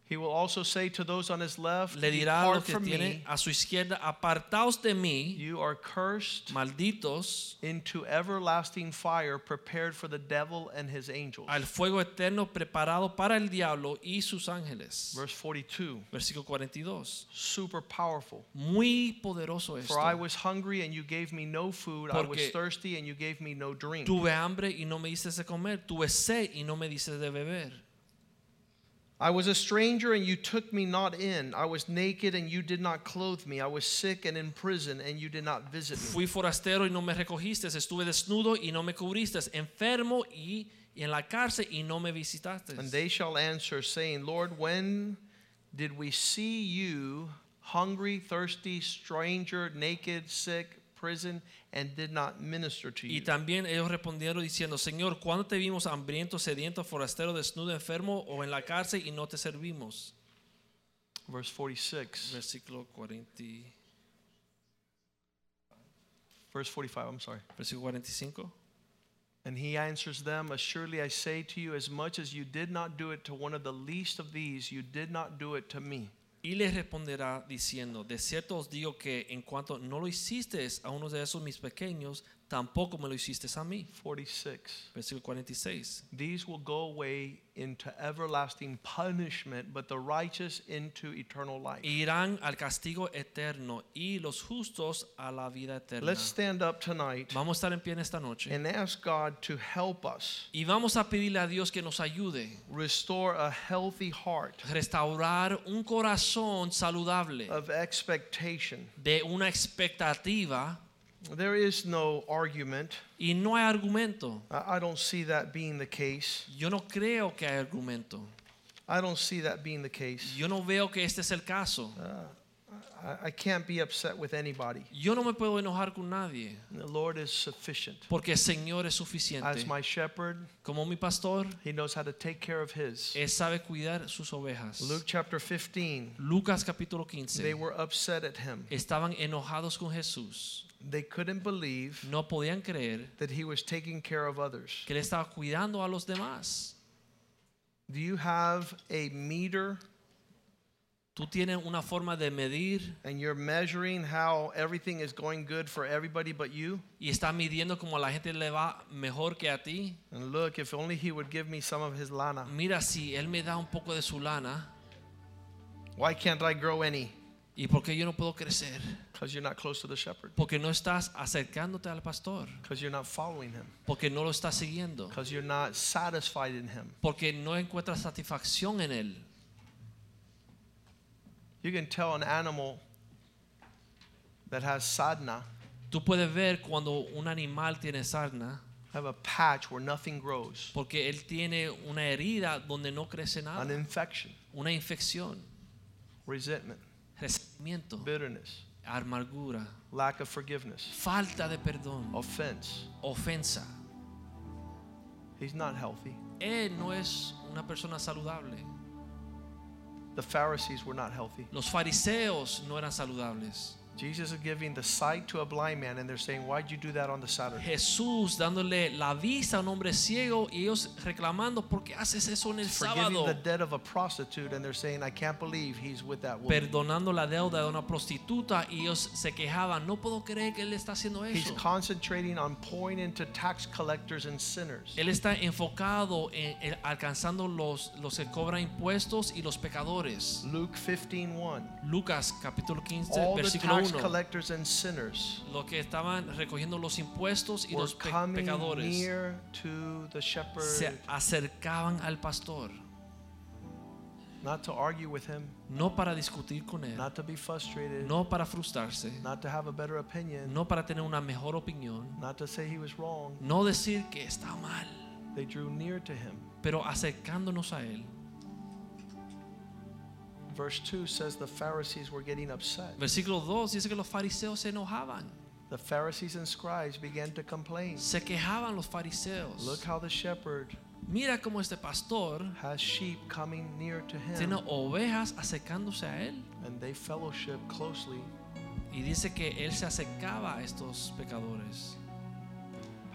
Speaker 1: He will also say to those on his left,
Speaker 2: Le dirá a
Speaker 1: Depart
Speaker 2: los que
Speaker 1: from
Speaker 2: tienen
Speaker 1: me,
Speaker 2: a su izquierda, apartaos de mí,
Speaker 1: you are cursed
Speaker 2: malditos,
Speaker 1: into everlasting fire prepared for the devil and his angels.
Speaker 2: al fuego eterno preparado para el diablo y sus ángeles.
Speaker 1: Verse 42.
Speaker 2: Versículo 42.
Speaker 1: Super powerful.
Speaker 2: Muy poderoso
Speaker 1: For I
Speaker 2: esto.
Speaker 1: was hungry and you gave me no food. I was
Speaker 2: Porque-
Speaker 1: thirsty and you gave me no drink.
Speaker 2: Tuve hambre y no me dices de comer. Tuve sed y no me dices de beber.
Speaker 1: I was a stranger and you took me not in. I was naked and you did not clothe me. I was sick and in prison and you did not visit me.
Speaker 2: Fui forastero y no me recogiste. Estuve desnudo y no me cubriste. Enfermo y, y en la cárcel y no me visitaste.
Speaker 1: And they shall answer, saying, Lord, when did we see you hungry, thirsty, stranger, naked, sick, prison, and did not minister to
Speaker 2: Y
Speaker 1: you?
Speaker 2: también ellos respondieron diciendo, Señor, ¿cuándo te vimos hambriento, sediento, forastero, desnudo, enfermo o en la cárcel y no te servimos?
Speaker 1: Verse 46.
Speaker 2: Versículo 40,
Speaker 1: Verse 45, I'm sorry.
Speaker 2: versículo 45.
Speaker 1: And he answers them, Assuredly I say to you, as much as you did not do it to one of the least of these, you did not do it to me.
Speaker 2: Y les responderá diciendo, de cierto os digo que en cuanto no lo hiciste a uno de esos mis pequeños, tampoco me lo hiciste a mí.
Speaker 1: 46.
Speaker 2: Versículo 46.
Speaker 1: These will go away into everlasting punishment, but the righteous into eternal life.
Speaker 2: Irán al castigo eterno y los justos a la vida eterna.
Speaker 1: Let's stand up tonight
Speaker 2: Vamos a estar en pie en esta noche
Speaker 1: and ask God to help us
Speaker 2: y vamos a pedirle a Dios que nos ayude.
Speaker 1: restore a healthy heart
Speaker 2: restaurar un corazón saludable
Speaker 1: of expectation.
Speaker 2: de una expectativa
Speaker 1: There is no argument.
Speaker 2: y no hay argumento.
Speaker 1: I I don't see that being the case.
Speaker 2: Yo no creo que hay argumento.
Speaker 1: I don't see that being the case.
Speaker 2: Yo no veo que este es el caso.
Speaker 1: I, I can't be upset with anybody.
Speaker 2: Yo no me puedo enojar con nadie
Speaker 1: The Lord is sufficient.
Speaker 2: porque el Señor es
Speaker 1: As
Speaker 2: suficiente.
Speaker 1: my shepherd,
Speaker 2: Como mi pastor,
Speaker 1: he knows how to take care of his.
Speaker 2: Él sabe cuidar sus ovejas.
Speaker 1: Luke chapter 15,
Speaker 2: Lucas capítulo
Speaker 1: they
Speaker 2: 15.
Speaker 1: were upset at him.
Speaker 2: Estaban enojados con Jesús.
Speaker 1: They couldn't believe
Speaker 2: No podían creer
Speaker 1: that he was taking care of others.
Speaker 2: que Él estaba cuidando a los demás.
Speaker 1: Do you have a meter
Speaker 2: Tú tienes una forma de medir
Speaker 1: and you're measuring how everything is going good for everybody but you?
Speaker 2: y está midiendo como a la gente le va mejor que a ti.
Speaker 1: And look, if only he would give me some of his lana.
Speaker 2: Mira, si él me da un poco de su lana,
Speaker 1: Why can't I grow any?
Speaker 2: ¿y por qué yo no puedo crecer?
Speaker 1: Because you're not close to the shepherd.
Speaker 2: Porque no estás acercándote al pastor,
Speaker 1: Because you're not following him.
Speaker 2: porque no lo estás siguiendo,
Speaker 1: Because you're not satisfied in him.
Speaker 2: porque no encuentras satisfacción en él.
Speaker 1: You can tell an animal that has sadhana
Speaker 2: Tú puedes ver cuando un animal tiene sarna,
Speaker 1: have a patch where nothing grows,
Speaker 2: porque él tiene una herida donde no crece
Speaker 1: an
Speaker 2: nada,
Speaker 1: infection,
Speaker 2: una infección,
Speaker 1: resentment,
Speaker 2: resentimiento,
Speaker 1: bitterness,
Speaker 2: amargura,
Speaker 1: lack of forgiveness,
Speaker 2: falta de perdón,
Speaker 1: offense.
Speaker 2: ofensa.
Speaker 1: He's not healthy.
Speaker 2: Él no es una persona saludable.
Speaker 1: The Pharisees were not healthy.
Speaker 2: Los fariseos no eran saludables.
Speaker 1: Jesus is giving the sight to a blind man, and they're saying, Why'd you do that on the Saturday?
Speaker 2: Jesús dándole la vista a un hombre ciego y ellos reclamando, ¿por qué haces eso en el
Speaker 1: Forgiving
Speaker 2: sábado?
Speaker 1: the debt of a prostitute, and they're saying, I can't believe he's with that woman.
Speaker 2: Perdonando la deuda de una prostituta y ellos se quejaban, no puedo creer que él está haciendo
Speaker 1: He's
Speaker 2: eso.
Speaker 1: concentrating on pouring into tax collectors and sinners.
Speaker 2: Él está enfocado en, en alcanzando los, los que cobran impuestos y los pecadores.
Speaker 1: Luke 15 1.
Speaker 2: Lucas capítulo 15,
Speaker 1: All the
Speaker 2: versículo
Speaker 1: tax
Speaker 2: uno,
Speaker 1: collectors and sinners
Speaker 2: los que estaban recogiendo los impuestos y
Speaker 1: were
Speaker 2: los pe-
Speaker 1: coming
Speaker 2: pecadores,
Speaker 1: near to the shepherd,
Speaker 2: se acercaban al pastor,
Speaker 1: not to argue with him,
Speaker 2: no para discutir con él,
Speaker 1: not to be frustrated,
Speaker 2: no para frustrarse,
Speaker 1: not to have a better opinion,
Speaker 2: no para tener una mejor opinión,
Speaker 1: not to say he was wrong.
Speaker 2: no decir que está mal,
Speaker 1: They drew near to him.
Speaker 2: pero acercándonos a él.
Speaker 1: Verse 2 says the Pharisees were getting upset.
Speaker 2: Versículo 2 dice que los fariseos se enojaban,
Speaker 1: The Pharisees and scribes began to complain.
Speaker 2: se quejaban los
Speaker 1: Look
Speaker 2: fariseos.
Speaker 1: how the shepherd
Speaker 2: Mira cómo este pastor
Speaker 1: has sheep coming near to
Speaker 2: tiene
Speaker 1: him,
Speaker 2: ovejas acercándose a él.
Speaker 1: and they fellowship closely.
Speaker 2: Y dice que él se acercaba a estos pecadores.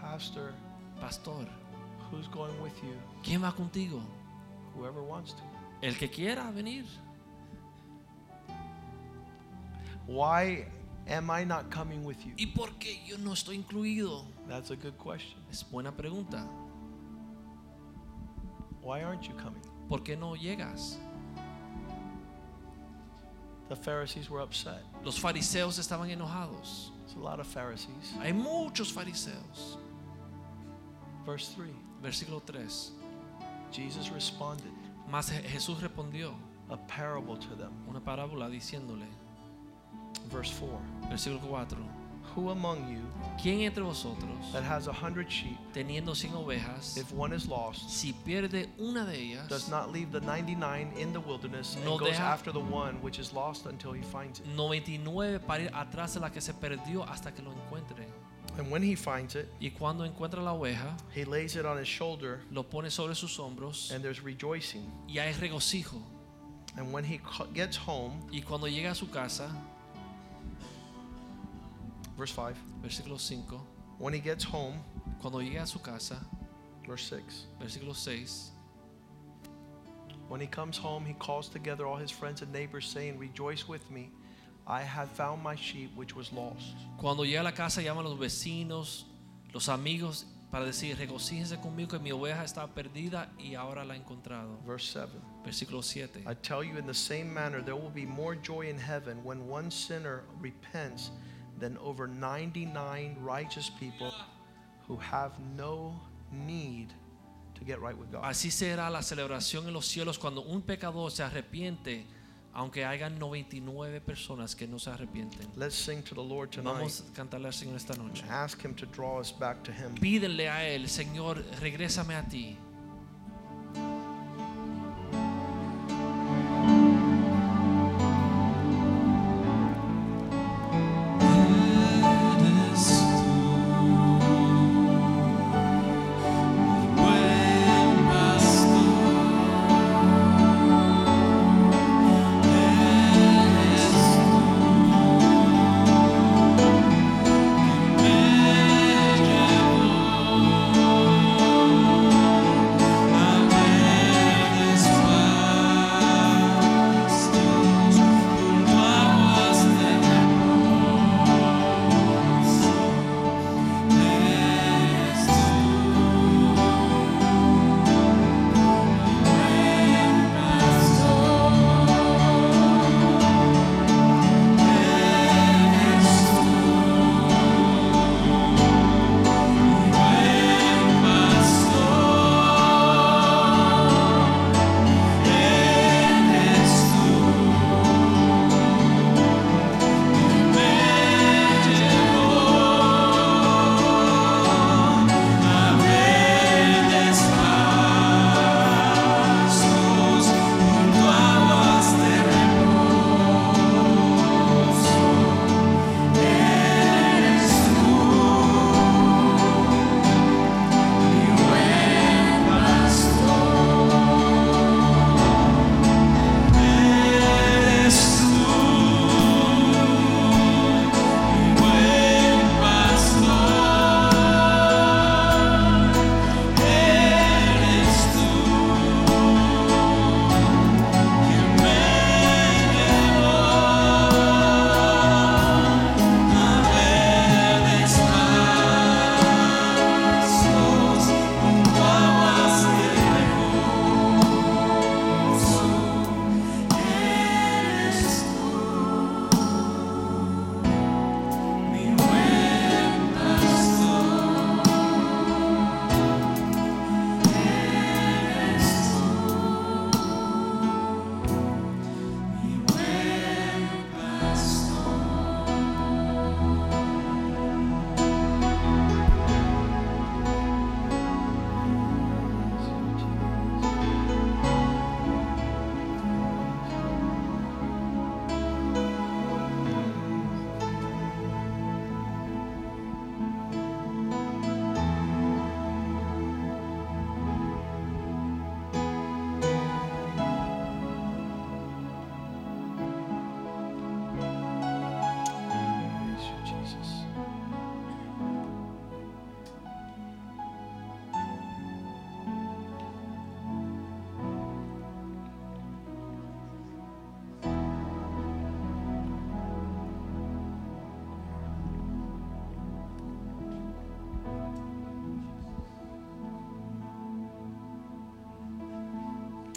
Speaker 1: Pastor,
Speaker 2: Pastor,
Speaker 1: who's going with you?
Speaker 2: ¿quién va contigo?
Speaker 1: Whoever wants to.
Speaker 2: El que quiera venir.
Speaker 1: Why am I not coming with you?
Speaker 2: ¿Y por qué yo no estoy incluido?
Speaker 1: That's a good question.
Speaker 2: Es buena pregunta.
Speaker 1: Why aren't you coming?
Speaker 2: ¿Por qué no llegas?
Speaker 1: The Pharisees were upset.
Speaker 2: Los fariseos estaban enojados.
Speaker 1: It's a lot of Pharisees.
Speaker 2: Hay muchos fariseos.
Speaker 1: Verse 3
Speaker 2: Versículo 3.
Speaker 1: Jesus responded
Speaker 2: Mas Je- Jesús respondió
Speaker 1: a parable to them.
Speaker 2: una parábola diciéndole,
Speaker 1: Verse 4
Speaker 2: versículo 4,
Speaker 1: Who among you
Speaker 2: ¿quién entre vosotros,
Speaker 1: that has a hundred sheep,
Speaker 2: teniendo 100 ovejas,
Speaker 1: if one is lost,
Speaker 2: si pierde una de
Speaker 1: does
Speaker 2: ellas,
Speaker 1: not leave the 99 in the wilderness and
Speaker 2: No
Speaker 1: goes
Speaker 2: deja-
Speaker 1: after the one which is lost until he finds it?
Speaker 2: 99 para ir atrás de la que se perdió hasta que lo encuentre?
Speaker 1: And when he finds it,
Speaker 2: Y cuando encuentra la oveja,
Speaker 1: he lays it on his shoulder,
Speaker 2: lo pone sobre sus hombros
Speaker 1: and there's rejoicing.
Speaker 2: y hay regocijo.
Speaker 1: And when he co- gets home,
Speaker 2: Y cuando llega a su casa,
Speaker 1: verse 5,
Speaker 2: versículo 5,
Speaker 1: when he gets home,
Speaker 2: cuando llega a su casa,
Speaker 1: verse 6,
Speaker 2: versículo 6,
Speaker 1: When he comes home, he calls together all his friends and neighbors, saying, Rejoice with me, I have found my sheep which was lost.
Speaker 2: cuando llega a la casa llama a los vecinos, los amigos, para decir, regocíjense conmigo que mi oveja estaba perdida y ahora la he encontrado.
Speaker 1: Verse 7
Speaker 2: Versículo 7.
Speaker 1: I tell you, in the same manner, there will be more joy in heaven when one sinner repents than over 99 righteous people who have no need to get right with God.
Speaker 2: Así será la celebración en los cielos cuando un pecador se arrepiente, aunque hayan 99 personas que no se arrepienten.
Speaker 1: Let's sing to the Lord tonight
Speaker 2: Vamos a cantarle al Señor esta noche.
Speaker 1: and ask him to draw us back to him.
Speaker 2: Pídenle a Él, Señor, regrésame a ti.
Speaker 3: Eres tú,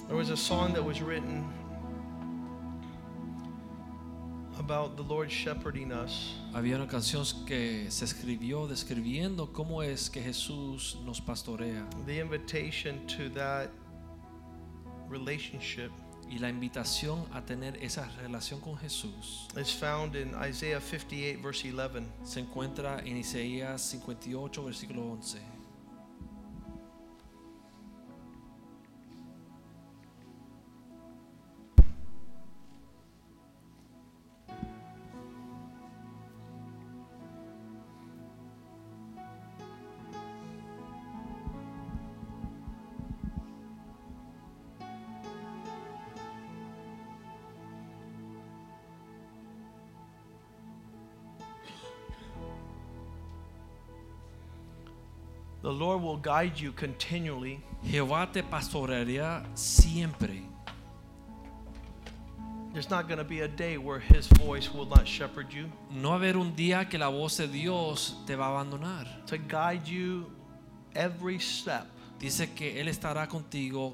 Speaker 1: There was a song that was written about the Lord shepherding us.
Speaker 2: Había una canción que se escribió describiendo cómo es que Jesús nos pastorea
Speaker 1: The invitation to that relationship
Speaker 2: y la invitación a tener esa relación con Jesús
Speaker 1: is found in Isaiah 58, verse 11.
Speaker 2: se encuentra en Isaías 58 versículo 11.
Speaker 1: The Lord will guide you continually
Speaker 2: Jehová te pastoreará siempre.
Speaker 1: There's not going to be a day where his voice will not shepherd you,
Speaker 2: No haber un día que la voz de Dios te va a abandonar.
Speaker 1: to guide you every step
Speaker 2: Dice que Él estará contigo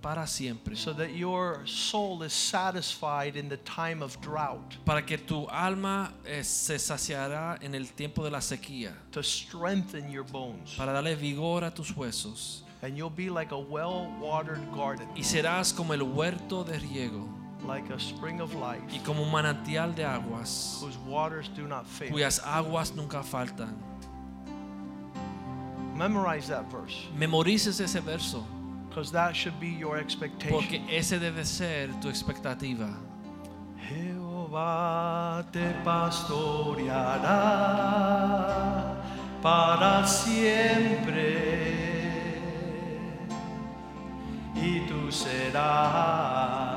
Speaker 2: para siempre.
Speaker 1: so that your soul is satisfied in the time of drought,
Speaker 2: Para que tu alma eh, se saciará en el tiempo de la sequía.
Speaker 1: to strengthen your bones,
Speaker 2: Para darle vigor a tus huesos.
Speaker 1: and you'll be like a well watered garden,
Speaker 2: Y serás como el huerto de riego
Speaker 1: like a spring of life
Speaker 2: y como un manantial de aguas
Speaker 1: whose waters do not fail.
Speaker 2: cuyas aguas nunca faltan.
Speaker 1: Memorize that verse
Speaker 2: Memorices ese verso
Speaker 1: because that should be your expectation.
Speaker 2: porque ese debe ser tu expectativa.
Speaker 1: Jehová te pastoreará para siempre y tú serás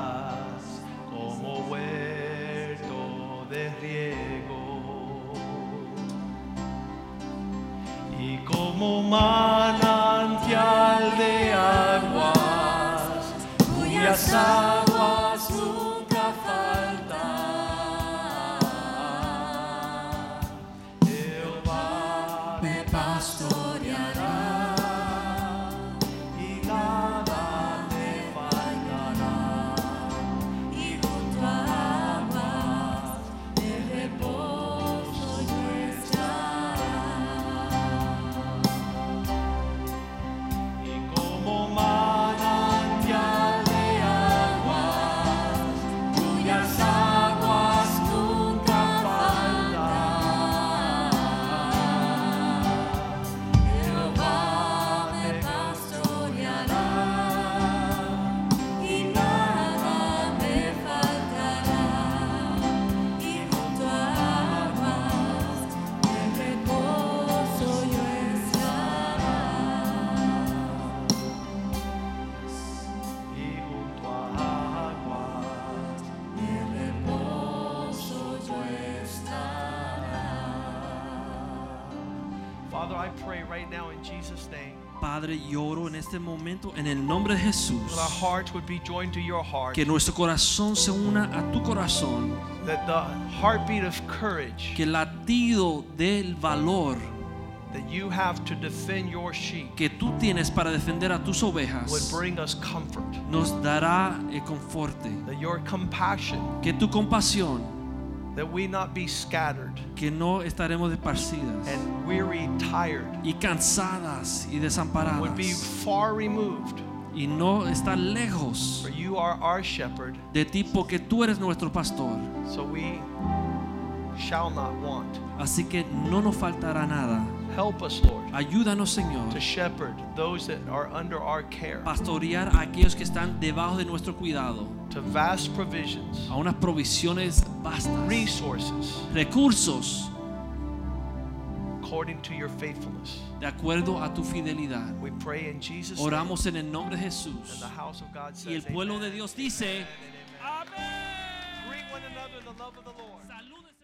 Speaker 1: como huerto de riego y como manantial de aguas cuyas aguas nunca faltan. Jehová me pastoreará y nada me faltará. Y junto a aguas de reposo yo y como manantial de aguas cuyas aguas nunca faltan Jehová me pastoreará y nada me faltará y junto a aguas de reposo yo estará y junto a aguas de reposo yo estará. Father, I pray right now in Jesus' name
Speaker 2: Padre, lloro en este momento en el nombre de Jesús.
Speaker 1: that our hearts would be joined to your heart,
Speaker 2: Que nuestro corazón se una a tu corazón.
Speaker 1: that the heartbeat of courage
Speaker 2: Que el latido del valor
Speaker 1: that you have to defend your sheep
Speaker 2: que tú tienes para defender a tus
Speaker 1: would
Speaker 2: ovejas
Speaker 1: bring us comfort,
Speaker 2: nos dará el conforte.
Speaker 1: that your compassion,
Speaker 2: Que tu compasión,
Speaker 1: that we not be scattered
Speaker 2: que no estaremos esparcidas
Speaker 1: and weary, tired,
Speaker 2: y cansadas y
Speaker 1: would be
Speaker 2: desamparadas
Speaker 1: far removed,
Speaker 2: y no estar lejos
Speaker 1: for you are our shepherd,
Speaker 2: de ti porque tú eres nuestro pastor.
Speaker 1: so we shall not want.
Speaker 2: Así que no nos faltará nada.
Speaker 1: Help us, Lord.
Speaker 2: Ayúdanos, Señor.
Speaker 1: to shepherd those that are under our care
Speaker 2: pastorear a aquellos que están debajo de nuestro cuidado,
Speaker 1: to vast provisions,
Speaker 2: a unas provisiones vastas,
Speaker 1: resources,
Speaker 2: recursos,
Speaker 1: according to your faithfulness.
Speaker 2: de acuerdo a tu fidelidad.
Speaker 1: We pray in Jesus' name. And
Speaker 2: Oramos en el nombre de
Speaker 1: the
Speaker 2: Jesús.
Speaker 1: house of God
Speaker 2: Y el
Speaker 1: says,
Speaker 2: pueblo
Speaker 1: amen.
Speaker 2: de Dios dice,
Speaker 1: Greet one another in the love of the Lord.
Speaker 2: "Salúdense".